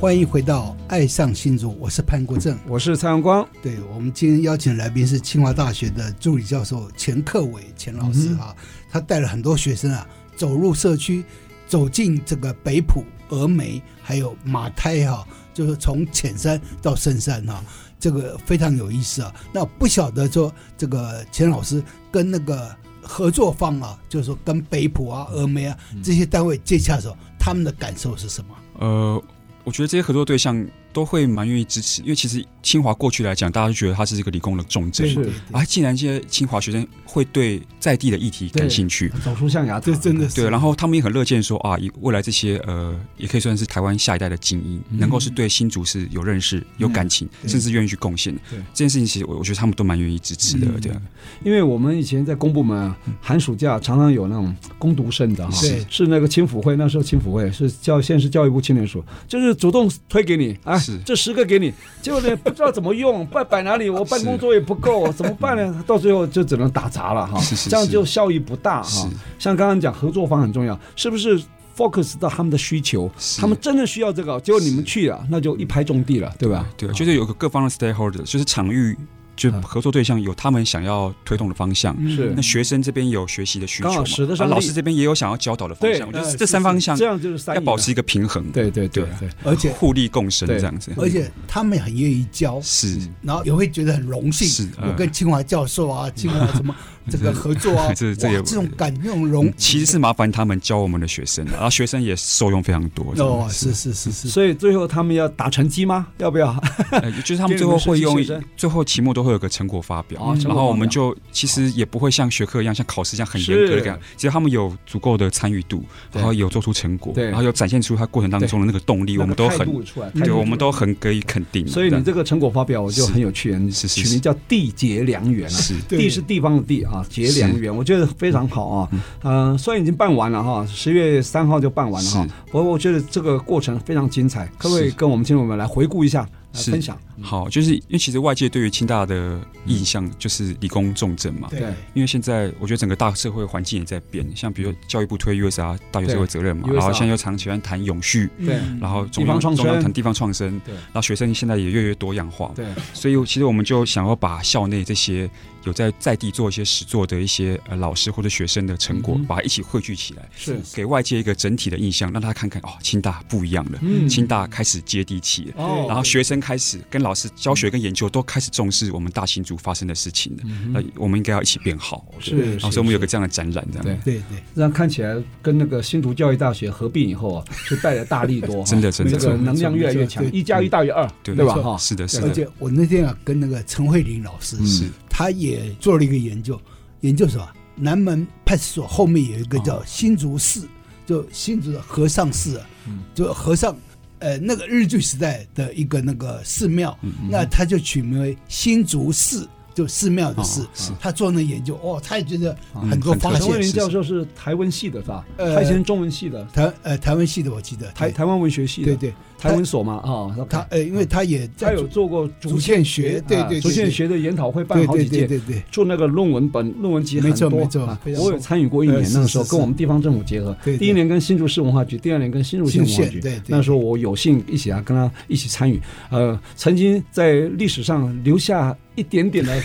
Speaker 2: 欢迎回到《爱上新竹》，我是潘国正。
Speaker 1: 我是蔡阳光，
Speaker 2: 对我们今天邀请的来宾是清华大学的助理教授钱克伟钱老师啊，他带了很多学生啊走入社区，走进这个北浦、峨眉还有马胎哈、就是从浅山到深山哈、这个非常有意思啊。那不晓得说这个钱老师跟那个合作方啊，就是说跟北浦啊、峨眉啊这些单位接洽的时候，他们的感受是什么？
Speaker 3: 呃，我觉得这些合作对象都会蛮愿意支持，因为其实清华过去来讲，大家都觉得它是一个理工的重镇
Speaker 1: 是
Speaker 3: 嘛。
Speaker 2: 对
Speaker 3: 啊，竟然这些清华学生会对在地的议题感兴趣，
Speaker 1: 走出象牙塔，
Speaker 2: 这真的是
Speaker 3: 对，然后他们也很乐见说啊，以未来这些呃，也可以算是台湾下一代的精英，
Speaker 1: 嗯
Speaker 3: 能够是对新竹是有认识、有感情，
Speaker 2: 对
Speaker 3: 甚至愿意去贡献的。
Speaker 1: 对
Speaker 3: 这件事情，其实我我觉得他们都蛮愿意支持的，
Speaker 1: 嗯
Speaker 3: 对啊，
Speaker 1: 因为我们以前在公部门啊，寒暑假常常有那种攻读生的哈，
Speaker 2: 是
Speaker 1: 是那个青辅会，那时候青辅会是教县市教育部青年署，就是主动推给你，哎
Speaker 3: 是，
Speaker 1: 这十个给你，结果呢不知道怎么用，摆摆哪里，我办公桌也不够，怎么办呢？到最后就只能打杂了哈，
Speaker 3: 是是是
Speaker 1: 这样就效益不大哈
Speaker 3: 是。
Speaker 1: 像刚刚讲合作方很重要，是不是？focus 到他们的需求，
Speaker 3: 是
Speaker 1: 他们真的需要这个，结果你们去了，那就一拍中地了，对吧？
Speaker 3: 对啊，就是有个各方的 stakeholder，就是场域。就
Speaker 1: 嗯
Speaker 3: 合作对象有他们想要推动的方向，
Speaker 1: 是
Speaker 3: 那学生这边有学习的需求
Speaker 1: 刚好
Speaker 3: 嘛，
Speaker 1: 使得上
Speaker 3: 啊
Speaker 1: 力
Speaker 3: 老师这边也有想要教导的方
Speaker 1: 对，
Speaker 3: 向，我觉
Speaker 1: 呃
Speaker 3: 得这三方向
Speaker 1: 这样就是三
Speaker 3: 要
Speaker 1: 赢
Speaker 3: 保
Speaker 1: 了
Speaker 3: 持一个平衡，
Speaker 1: 对对对
Speaker 3: 啊
Speaker 1: 对。
Speaker 2: 而且
Speaker 3: 互利共生
Speaker 1: 对嗯
Speaker 3: 这样子，
Speaker 2: 而且他们也很愿意教，
Speaker 3: 是嗯
Speaker 2: 然后也会觉得很荣幸，
Speaker 3: 是
Speaker 2: 我
Speaker 3: 嗯
Speaker 2: 跟清华教授啊、清华什
Speaker 3: *laughs*
Speaker 2: 么这个合作啊，
Speaker 3: 这这
Speaker 2: 哇
Speaker 3: 也嗯
Speaker 2: 这种感那种荣，
Speaker 3: 其实是麻烦他们教我们的学生，然后学生也受用非常多。这
Speaker 2: 哦
Speaker 3: 样，子
Speaker 2: 是是是是，
Speaker 1: 所以最后他们要打成绩吗？要不要？
Speaker 3: 呃就是他们最后
Speaker 1: 给
Speaker 3: 会
Speaker 1: 你 *laughs*
Speaker 3: 用
Speaker 1: 们实习学生
Speaker 3: 最后期末都会有个成果发表，
Speaker 1: 哦成果
Speaker 3: 然后我们
Speaker 1: 发表
Speaker 3: 就其实也不会像学科一样，像考试一样很严格的感觉，只要他们有足够的参与度，
Speaker 1: 对
Speaker 3: 然后有做出成果，
Speaker 1: 对
Speaker 3: 然后有展现出他过程当中的那个动力，我们都
Speaker 1: 那个态
Speaker 3: 很
Speaker 1: 度出来
Speaker 3: 对，我们都很给予肯定。
Speaker 1: 所以你这个成果发表，我就是很有趣，你
Speaker 3: 是是
Speaker 1: 取名
Speaker 3: 是
Speaker 1: 叫“地结良缘”啊。
Speaker 3: 是
Speaker 2: 对
Speaker 1: 地是地方的地啊，结良缘，我觉得非常好啊。嗯，虽然已经办完了哈，十月三号就办完了哈
Speaker 3: 是，
Speaker 1: 不过我觉得这个过程非常精彩，可不可以
Speaker 3: 是
Speaker 1: 跟我们听众们来回顾一下，来
Speaker 3: 是
Speaker 1: 分享？
Speaker 3: 好，就是因为其实外界对于清大的印象就是理工重镇嘛，
Speaker 1: 对
Speaker 2: 对
Speaker 3: 因为现在我觉得整个大社会环境也在变，像比如教育部推 USR 大学社会责任嘛，
Speaker 1: 嗯对
Speaker 3: 然后
Speaker 1: USR
Speaker 3: 现在又常喜欢谈永续，
Speaker 1: 对
Speaker 2: 嗯
Speaker 3: 然后
Speaker 1: 地
Speaker 3: 中
Speaker 1: 方
Speaker 3: 央
Speaker 1: 创生
Speaker 3: 中央谈地方创生，
Speaker 1: 对
Speaker 3: 然后学生现在也越来越多样化，
Speaker 1: 对，
Speaker 3: 所以其实我们就想要把校内这些有在在地做一些实作的一些呃老师或者学生的成果，
Speaker 1: 嗯哼
Speaker 3: 把它一起汇聚起来，
Speaker 1: 是，
Speaker 3: 给外界一个整体的印象，让大家看看哦，清大不一样了，
Speaker 1: 嗯
Speaker 3: 清大开始接地气了。
Speaker 1: 哦
Speaker 3: 然后学生开始跟老师教学跟研究都开始重视我们大新竹发生的事情了，那、我们应该要一起变好。我觉得
Speaker 1: 嗯是
Speaker 3: 然
Speaker 1: 是
Speaker 3: 后所以我们有个这样的展览，这样
Speaker 1: 对
Speaker 2: 对对，
Speaker 1: 这样看起来跟那个新竹教育大学合并以后
Speaker 3: *laughs*
Speaker 1: 啊，是带来大力多哈，
Speaker 3: 真的真的
Speaker 1: 这个
Speaker 3: 真的
Speaker 1: 能量越来越强
Speaker 2: 对，
Speaker 1: 一加一大于二，对嗯
Speaker 3: 对
Speaker 1: 吧？
Speaker 3: 没
Speaker 1: 哈，
Speaker 3: 是的，是
Speaker 2: 而
Speaker 3: 的，
Speaker 2: 且我那天啊跟那个陈慧玲老师，
Speaker 1: 是
Speaker 2: 他也做了一个研究，研究什么？南门派出所后面有一个
Speaker 1: 哦
Speaker 2: 叫新竹寺，就新竹的和尚寺啊，
Speaker 1: 嗯
Speaker 2: 就和尚，呃，那个日据时代的一个那个寺庙，
Speaker 1: 嗯
Speaker 2: 那他就取名为新竹寺，就寺庙的寺。
Speaker 3: 哦是
Speaker 2: 他做那研究，哦，他也觉得
Speaker 1: 嗯
Speaker 2: 很多
Speaker 3: 很特
Speaker 2: 发
Speaker 3: 别
Speaker 1: 陈慧
Speaker 2: 现
Speaker 1: 林
Speaker 3: 是
Speaker 2: 是。
Speaker 1: 教授是台文系的是吧？
Speaker 2: 呃
Speaker 1: 他以前中文系的，
Speaker 2: 台呃台湾系的我记得，
Speaker 1: 台
Speaker 2: 对
Speaker 1: 台湾文学系的，
Speaker 2: 对对，
Speaker 1: 台文所嘛啊，
Speaker 2: 他呃，因为他也
Speaker 1: 他
Speaker 2: 在
Speaker 1: 有做过
Speaker 2: 竹堑学，对
Speaker 1: 啊
Speaker 2: 对，对
Speaker 1: 竹堑，学的研讨会办好
Speaker 2: 对
Speaker 1: 几
Speaker 2: 对
Speaker 1: 届，
Speaker 2: 对对
Speaker 1: 做那个论文本论文集很
Speaker 2: 没错
Speaker 1: 多
Speaker 2: 没错
Speaker 1: 啊
Speaker 2: 非常
Speaker 1: 我有
Speaker 2: 多
Speaker 1: 参与过一年
Speaker 2: 呃，是
Speaker 1: 那个时候
Speaker 2: 是
Speaker 1: 跟我
Speaker 2: 是
Speaker 1: 们地方政府结合
Speaker 2: 对，对
Speaker 1: 第一年跟新竹市文化局，第二年跟新竹县文化
Speaker 2: 新
Speaker 1: 局
Speaker 2: 县对对，
Speaker 1: 那时候我有幸一起啊跟他一起参与，呃，曾经在历史上留下一点点
Speaker 2: *laughs*
Speaker 1: 的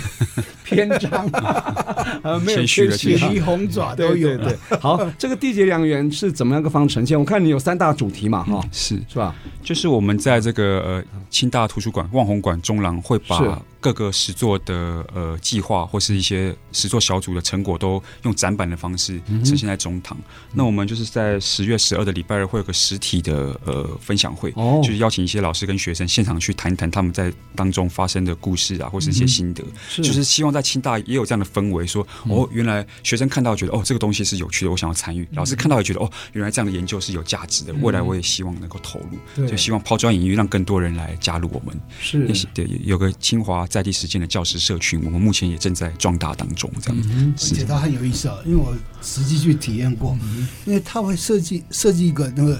Speaker 1: 篇章，啊，没有
Speaker 3: 谦虚了
Speaker 1: 谦虚
Speaker 2: 对，铁
Speaker 3: 谦虚啊
Speaker 2: 皮红爪
Speaker 1: 对
Speaker 2: 都有
Speaker 1: 对
Speaker 2: 了，
Speaker 1: 对，好，这个缔结良缘是怎么样个方式呈现？我看你有三大主题嘛，
Speaker 2: 嗯
Speaker 1: 哈，
Speaker 3: 是。
Speaker 1: 是吧？
Speaker 3: 就是我们在这个呃清大图书馆望红馆中廊会
Speaker 1: 是
Speaker 3: 把各个实作的呃计划或是一些实作小组的成果都用展板的方式
Speaker 1: 嗯
Speaker 3: 呈现在中堂。那我们就是在十月十二的礼拜二会有个实体的呃分享会，
Speaker 1: 哦
Speaker 3: 就是邀请一些老师跟学生现场去谈一谈他们在当中发生的故事啊，或
Speaker 1: 嗯
Speaker 3: 是一些心得。
Speaker 1: 是嗯
Speaker 3: 就是希望在清大也有这样的氛围，说哦，原来学生看到觉得哦，这个东西是有趣的，我想要参
Speaker 1: 嗯
Speaker 3: 与；老师看到也觉得哦，原来这样的研究是有价值的，未来我也希望能够投入，
Speaker 1: 对
Speaker 3: 就希望抛砖引玉，让更多人来加入我们。
Speaker 1: 是
Speaker 3: 也是对，有个清华在地实践的教师社群，我们目前也正在壮大当中，这样
Speaker 1: 嗯
Speaker 3: 子。
Speaker 2: 而且它很有意思啊，因为我实际去体验过，
Speaker 3: 嗯
Speaker 2: 因为它会设计设计一个那个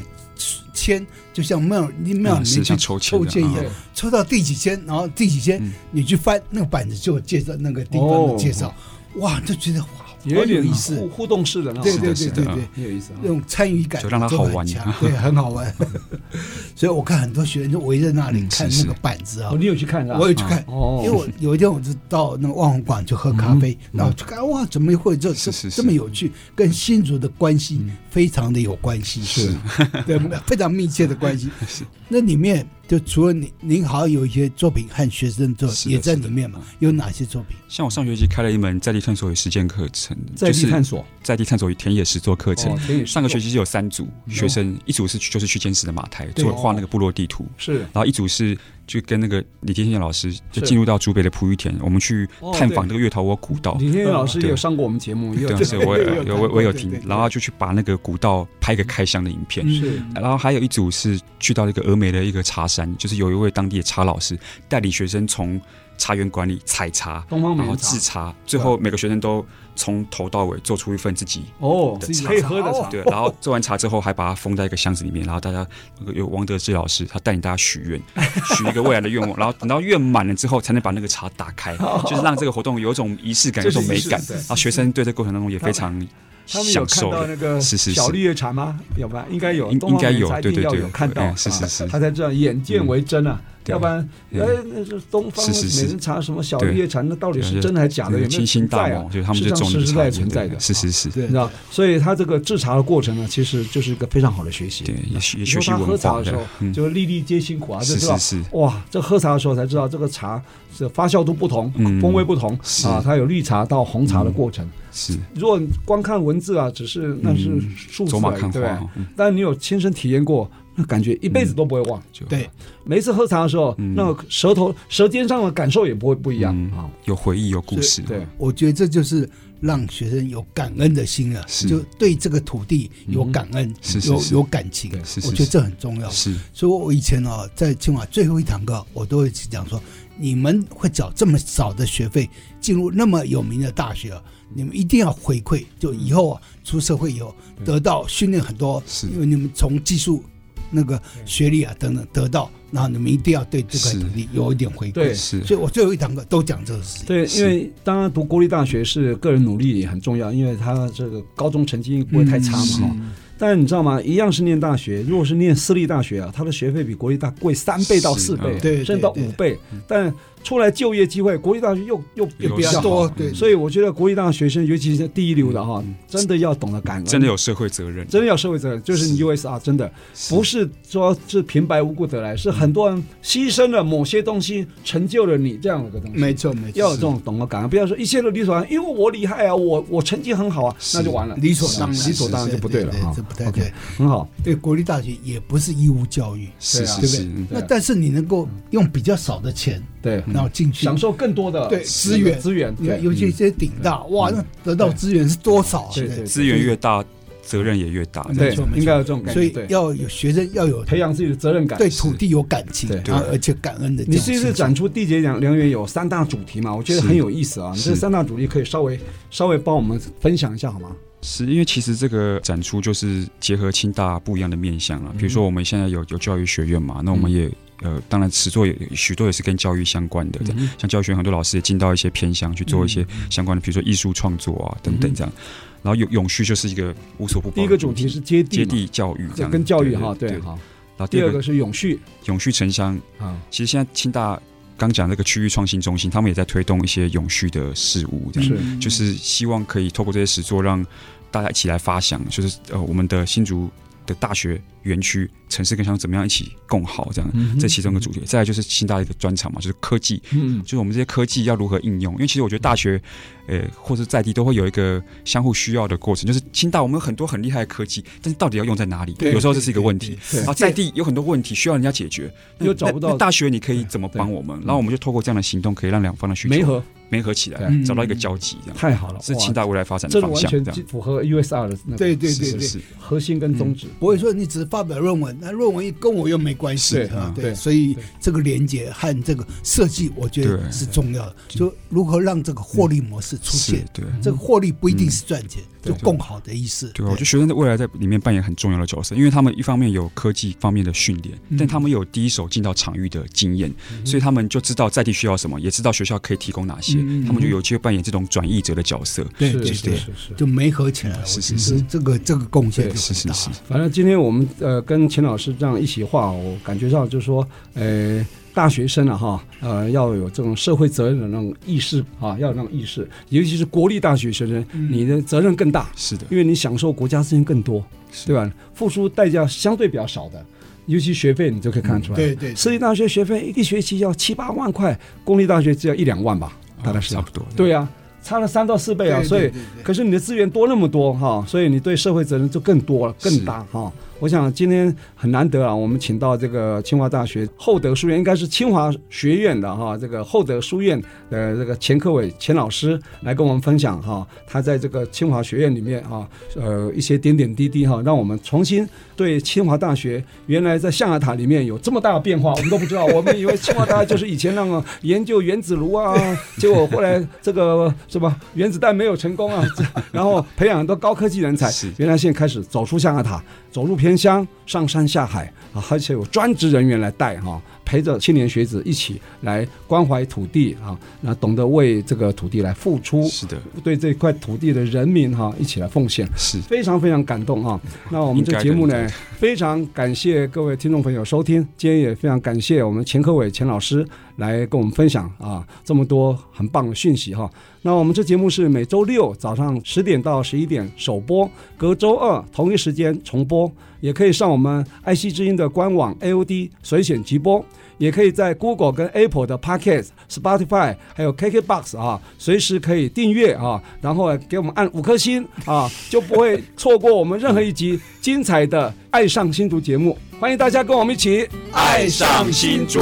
Speaker 2: 签，就像庙你庙里
Speaker 3: 嗯是
Speaker 2: 面去
Speaker 3: 像抽签
Speaker 2: 抽
Speaker 3: 的
Speaker 2: 签一样
Speaker 1: 嗯，
Speaker 2: 抽到第几签，然后第几签
Speaker 3: 嗯
Speaker 2: 你去翻那个板子就有介绍那个地方
Speaker 1: 哦
Speaker 2: 的介绍，哇，就觉得哇，
Speaker 1: 有
Speaker 2: 好有
Speaker 1: 点
Speaker 2: 意
Speaker 1: 互
Speaker 2: 思，
Speaker 1: 互动式的那种
Speaker 2: 对对对
Speaker 3: 是的
Speaker 2: 对嗯
Speaker 3: 啊是的嗯
Speaker 2: 对。
Speaker 1: 很有意思啊
Speaker 2: 那。种参与感
Speaker 3: 就让它好玩
Speaker 2: 很强，对，很好
Speaker 3: *laughs*
Speaker 2: 玩。所以我看很多学生就围在那里
Speaker 3: 嗯是
Speaker 2: 看那个
Speaker 3: 是
Speaker 2: 板子啊
Speaker 1: 哦，，你有去看是吧？
Speaker 2: 我也去看，
Speaker 1: 哦
Speaker 2: 因为我
Speaker 3: *laughs*
Speaker 2: 有一天我就到那个万红馆去喝咖啡，然后就看哇，怎么会这这
Speaker 3: 嗯是是是嗯
Speaker 2: 这么有趣？跟新竹的关系非常的有关系，是，
Speaker 3: *laughs*
Speaker 2: 对，非常密切的关系。那里面就除了您，您好像有一些作品和学生做
Speaker 3: 是的
Speaker 2: 也在里面嘛？有哪些作品？
Speaker 3: 像我上学期开了一门在地探索与实践课程，
Speaker 1: 在
Speaker 3: 就是
Speaker 1: 地探索，
Speaker 3: 在地探索与田野实作课程
Speaker 1: 哦嗯田野实作。
Speaker 3: 上个学期有三组学生，一组是去就是去坚实的马台
Speaker 2: 对
Speaker 3: 做画那个部落地图，
Speaker 1: 是
Speaker 3: 然后一组是就跟那个李天健老师就是进入到竹北的璞玉田，我们去
Speaker 1: 哦
Speaker 3: 探访这个月桃窝古道。
Speaker 1: 李天宇老师
Speaker 3: 对
Speaker 1: 也上过我们节目， *laughs* 也有
Speaker 3: 对啊，
Speaker 1: 这
Speaker 3: 是我
Speaker 2: 对
Speaker 3: 有
Speaker 2: 有
Speaker 3: 有
Speaker 2: 看
Speaker 3: 我
Speaker 2: 过
Speaker 3: 我有
Speaker 2: 对对
Speaker 3: 听，
Speaker 2: 对
Speaker 3: 然后就去把那个古道拍一个开箱的影片。
Speaker 1: 是
Speaker 3: 然后还有一组是去到那个峨眉的一个茶山，就是有一位当地的茶老师带领学生从茶园管理采茶，
Speaker 1: 东方美
Speaker 3: 然
Speaker 1: 人
Speaker 3: 后
Speaker 1: 茶
Speaker 3: 制茶，最后每个学生都从头到尾做出一份自己
Speaker 1: 哦，
Speaker 3: 的
Speaker 1: 是
Speaker 3: 茶
Speaker 1: 可以喝的茶，
Speaker 3: 对，然后做完茶之后还把它封在一个箱子里面，然后大家有王德志老师，他带领大家许
Speaker 1: *laughs*
Speaker 3: 愿，许一个未来的愿望，然后等到愿满了之后，才能把那个茶打开，就是让这个活动有一种仪式感，有
Speaker 1: 哦
Speaker 3: 一
Speaker 1: 就是
Speaker 3: 种美感
Speaker 1: 仪式对。
Speaker 3: 然后学生对这个过程当中也非常
Speaker 1: 他们有
Speaker 3: 享
Speaker 1: 看
Speaker 3: 受
Speaker 1: 到
Speaker 3: 的，
Speaker 1: 那个
Speaker 3: 是是
Speaker 1: 小
Speaker 3: 是
Speaker 1: 绿。叶茶吗？有吧？应该有，
Speaker 3: 应
Speaker 1: 东方美人
Speaker 3: 应该有
Speaker 1: 茶一
Speaker 3: 对
Speaker 1: 定
Speaker 3: 对
Speaker 1: 要
Speaker 3: 对
Speaker 1: 有看到，
Speaker 3: 哎是是是
Speaker 1: 啊他才知道眼见为真啊，
Speaker 3: 对
Speaker 1: 要不然
Speaker 3: 嗯
Speaker 1: 哎，那是东方
Speaker 3: 是是是
Speaker 1: 美人茶什么小绿叶茶，那到底是真的还是假的？有没有
Speaker 3: 清
Speaker 1: 存
Speaker 3: 新大
Speaker 1: 在啊
Speaker 3: 梦，就是他们
Speaker 1: 事实
Speaker 3: 就
Speaker 1: 上
Speaker 3: 种
Speaker 1: 实
Speaker 3: 植
Speaker 1: 实
Speaker 3: 茶
Speaker 1: 在
Speaker 3: 园
Speaker 1: 存在的，啊
Speaker 3: 是是是，
Speaker 1: 你知道，所以他这个制茶的过程呢，其实就是一个非常好的学习。
Speaker 3: 对，也学也
Speaker 1: 啊你
Speaker 3: 学
Speaker 1: 说
Speaker 3: 习
Speaker 1: 他喝
Speaker 3: 文
Speaker 1: 茶
Speaker 3: 化
Speaker 1: 的时
Speaker 3: 的嗯
Speaker 1: 候，，就是粒粒皆辛苦啊，这
Speaker 3: 是
Speaker 1: 知道
Speaker 3: 是是
Speaker 1: 哇，这喝茶的时候才知道这个茶是发酵度不同，
Speaker 3: 嗯
Speaker 1: 风味不同
Speaker 3: 是嗯
Speaker 1: 啊，它有绿茶到红茶的过程。
Speaker 3: 是
Speaker 1: 如果你光看文字啊，只是那是数字
Speaker 3: 嗯走马
Speaker 1: 而已，
Speaker 3: 看
Speaker 1: 对不对
Speaker 3: 花，嗯
Speaker 1: 但你有亲身体验过，那感觉一辈子都不会忘。
Speaker 3: 就
Speaker 2: 对，
Speaker 1: 每一次喝茶的时候，
Speaker 3: 嗯
Speaker 1: 那个舌头、舌尖上的感受也不会不一样
Speaker 3: 嗯
Speaker 1: 啊。
Speaker 3: 有回忆，有故事，
Speaker 1: 对，
Speaker 2: 我觉得这就是让学生有感恩的心了，
Speaker 3: 是嗯
Speaker 2: 就对这个土地有感恩，
Speaker 3: 是是
Speaker 2: 有
Speaker 3: 是
Speaker 2: 有感情啊
Speaker 3: 对是，是
Speaker 2: 我觉得这很重要。
Speaker 3: 是
Speaker 2: 所以我以前哦，在清华最后一堂课，我都会讲说，你们会缴这么少的学费进入那么有名的大学啊，你们一定要回馈，就以后啊出社会以后
Speaker 1: 嗯
Speaker 2: 得到训练很多，
Speaker 3: 是
Speaker 2: 因为你们从技术那个学历啊等等得到，然后你们一定要对这
Speaker 3: 是
Speaker 2: 块土地有一点回
Speaker 1: 对
Speaker 2: 馈。
Speaker 3: 是
Speaker 2: 所以我最后一堂课都讲这个事情。
Speaker 1: 对，
Speaker 3: 是
Speaker 1: 因为当然读国立大学是个人努力也很重要，因为他这个高中成绩不会太差嘛
Speaker 3: 嗯是
Speaker 1: 哈。但你知道吗？一样是念大学，如果是念私立大学啊，他的学费比国立大贵三倍到四
Speaker 3: 是
Speaker 1: 倍，啊
Speaker 3: 嗯
Speaker 2: 对
Speaker 1: 甚至到
Speaker 2: 对
Speaker 1: 五倍。但出来就业机会，国立大学又又又比
Speaker 3: 比
Speaker 1: 较
Speaker 3: 较
Speaker 1: 多
Speaker 3: 多。
Speaker 2: 对
Speaker 1: 所以我觉得国立大学生，尤其是第一流的哈，真的要懂得感恩，
Speaker 3: 嗯
Speaker 1: 啊
Speaker 3: 真的有社会责任，
Speaker 1: 真的要社会责任，就是你
Speaker 3: 是
Speaker 1: USR 真的不是说是平白无故得来，是很多人牺牲了某些东西，成就了你这样的一个东西。
Speaker 2: 没错，没错，
Speaker 1: 要有这种懂得感恩，不要说一切都理所当然，因为我厉害啊，我我成绩很好啊，
Speaker 3: 是
Speaker 1: 那就完了，
Speaker 2: 理所当然，
Speaker 1: 理所当然就不对了
Speaker 2: 对对
Speaker 1: 啊
Speaker 2: 对这不太
Speaker 1: OK，
Speaker 2: 对。
Speaker 1: 很好，
Speaker 2: 对，国立大学也不是义务教育，
Speaker 3: 是
Speaker 1: 对啊
Speaker 2: 对
Speaker 3: 是
Speaker 2: 不
Speaker 3: 是
Speaker 2: 对，
Speaker 3: 嗯
Speaker 1: 对
Speaker 2: 那但是你能够用比较少的钱，
Speaker 1: 对，嗯
Speaker 2: 然后进去
Speaker 1: 享受更多的
Speaker 2: 嗯对资源
Speaker 1: 资源，
Speaker 2: 你看，
Speaker 1: 对，
Speaker 3: 嗯
Speaker 2: 尤其一些顶大，哇，那得到资源是多少啊？
Speaker 1: 对对
Speaker 3: 资源越大，责任也越大，
Speaker 2: 没
Speaker 1: 对
Speaker 2: 错没，错
Speaker 1: 应该有这种感
Speaker 2: 所
Speaker 1: 觉，
Speaker 2: 以
Speaker 1: 对，
Speaker 2: 要有学生要有
Speaker 1: 培养自己的责任感。
Speaker 2: 对土地有感情
Speaker 1: 对，
Speaker 2: 然后而且感恩的这
Speaker 1: 你
Speaker 2: 种
Speaker 1: 这
Speaker 2: 心情。
Speaker 1: 次展出地节两两元有三大主题嘛，我觉得
Speaker 3: 是
Speaker 1: 很有意思啊。你这
Speaker 3: 是
Speaker 1: 三大主题可以稍微稍微帮我们分享一下好吗？
Speaker 3: 是因为其实这个展出就是结合清大不一样的面向啊
Speaker 1: 嗯
Speaker 3: 了，比如说我们现在有有教育学院嘛，那我们也。呃，当然，实作也许多也是跟教育相关
Speaker 1: 嗯
Speaker 3: 的，这样像教育学院很多老师也进到一些偏乡去做一些相关的，比如说艺术创作啊等等这样。然后永永续就是一个无所不包的主
Speaker 1: 嗯
Speaker 3: 题。
Speaker 1: 第一个主题是接地
Speaker 3: 接
Speaker 1: 嘛，
Speaker 3: 地教育，这
Speaker 1: 这
Speaker 3: 样
Speaker 1: 跟教育哈，
Speaker 3: 对。
Speaker 1: 对，
Speaker 3: 然
Speaker 1: 好。
Speaker 3: 后第
Speaker 1: 第
Speaker 3: 二
Speaker 1: 二
Speaker 3: 个
Speaker 1: 个是永续
Speaker 3: 永续城乡，
Speaker 1: 啊，
Speaker 3: 其实现在清大刚讲这个区域创新中心，他们也在推动一些永续的事物，这样
Speaker 1: 是
Speaker 2: 嗯
Speaker 3: 就是希望可以透过这些实作，让大家一起来发想，就是呃我们的新竹的大学园区、城市跟乡怎么样一起共好这样。这其中一个主题，再来就是清大的一个专场嘛，就是科技，
Speaker 1: 嗯，
Speaker 3: 就是我们这些科技要如何应用？因为其实我觉得大学，呃，或者在地都会有一个相互需要的过程。就是清大我们有很多很厉害的科技，但是到底要用在哪里？
Speaker 2: 对
Speaker 3: 有时候这是一个问题。
Speaker 1: 对
Speaker 3: 然后在地有很多问题需要人家解决，那
Speaker 1: 又找不到
Speaker 3: 那那大学你可以怎么帮我们？然后我们就透过这样的行动，可以让两方的需求
Speaker 1: 梅河
Speaker 3: 媒合起来
Speaker 1: 对，
Speaker 3: 找到一个交集，这样
Speaker 1: 太好了，
Speaker 3: 是
Speaker 1: 哦哇
Speaker 3: 清大未来发展
Speaker 1: 这
Speaker 3: 的
Speaker 1: 个
Speaker 3: 方
Speaker 1: 完
Speaker 3: 向，这
Speaker 1: 全
Speaker 3: 样
Speaker 1: 符合 USR 的那个
Speaker 2: 对嗯对
Speaker 3: 是
Speaker 2: 对
Speaker 3: 是
Speaker 2: 对，
Speaker 3: 是，
Speaker 1: 核心跟宗旨。
Speaker 2: 不会说你只是发表论文，那论文也跟我又没关系
Speaker 1: 是
Speaker 2: 啊
Speaker 1: 嗯。对
Speaker 2: 对，所以
Speaker 1: 对
Speaker 2: 这个连接和这个设计，我觉
Speaker 3: 对嗯
Speaker 2: 得是重要的。就如何让这个获利模式出
Speaker 3: 是
Speaker 2: 现，
Speaker 3: 对。
Speaker 2: 这个获利不一定是赚钱，
Speaker 3: 对
Speaker 2: 就共好的意思。
Speaker 3: 对，我觉得学生在未来在里面扮演很重要的角色，因为他们一方面有科技方面的训练，但他们有第一手进到场域的经验，所以他们就知道在地需要什么，也知道学校可以提供哪些，
Speaker 2: 嗯嗯嗯
Speaker 3: 他们就有机会扮演这种转译者的角色。
Speaker 2: 对
Speaker 1: 是
Speaker 2: 对
Speaker 1: 是
Speaker 2: 对
Speaker 1: 是是
Speaker 2: 就没合起来了。
Speaker 3: 是
Speaker 2: 我
Speaker 3: 是
Speaker 2: 觉得
Speaker 3: 是
Speaker 2: 这个这个贡献
Speaker 1: 对
Speaker 2: 就很
Speaker 3: 是是
Speaker 2: 大
Speaker 3: 是
Speaker 2: 了。
Speaker 1: 反正今天我们呃跟钱老师这样一席话，我感觉到就是说，呃，大学生啊哈，呃，要有这种社会责任的那种意识啊，要有那种意识，尤其是国立大学学生，你的责任更大，
Speaker 3: 是的，
Speaker 1: 因为你享受国家资源更多，对吧？付出代价相对比较少的。尤其学费，你就可以看得出来。
Speaker 2: 嗯对对对
Speaker 1: 私立大学学费一个学期要七八万块，公立大学只要一两万吧，大概是这
Speaker 3: 差
Speaker 1: 样
Speaker 3: 不多。
Speaker 1: 对啊，差了三到四倍啊，
Speaker 2: 嗯对对
Speaker 1: 所以
Speaker 2: 对对
Speaker 1: 可是你的资源多那么多哈，所以你对社会责任就更多了，更大哈。我想今天很难得啊，我们请到这个清华大学厚德书院，应该是清华学院的哈，这个厚德书院的这个钱克伟钱老师来跟我们分享哈，他在这个清华学院里面啊，呃一些点点滴滴哈，让我们重新对清华大学原来在象牙塔里面有这么大的变化，我们都不
Speaker 3: *laughs*
Speaker 1: 知道，我们以为清华大学就是以前那个研究原子炉
Speaker 3: *laughs*
Speaker 1: 啊，结果后来这个什么原子弹没有成功
Speaker 3: *laughs*
Speaker 1: 啊，这然后培养很多高科技人才
Speaker 3: 是，
Speaker 1: 原来现在开始走出象牙塔，走入偏乡，上山下海啊，而且有专职人员来带哈、陪着青年学子一起来关怀土地啊，那懂得为这个土地来付出，
Speaker 3: 是的，
Speaker 1: 对这块土地的人民哈、一起来奉献。
Speaker 3: 是
Speaker 1: 非常非常感动
Speaker 3: *laughs*
Speaker 1: 啊！那我们这节目
Speaker 3: 应该
Speaker 1: 呢
Speaker 3: 的，
Speaker 1: 非常感谢各位听众朋友收听，今天也非常感谢我们钱科伟钱老师来跟我们分享啊这么多很棒的讯息哈、那我们这节目是每周六早上十点到十一点首播，隔周二同一时间重播，也可以上我们爱惜之音的官网 AOD 随选直播。也可以在 Google 跟 Apple 的 Podcast、Spotify 还有 KKBox 啊，随时可以订阅啊，然后给我们按五颗星啊，就不会错过我们任何一集精彩的《爱上新竹》节目。欢迎大家跟我们一起
Speaker 4: 爱上新竹。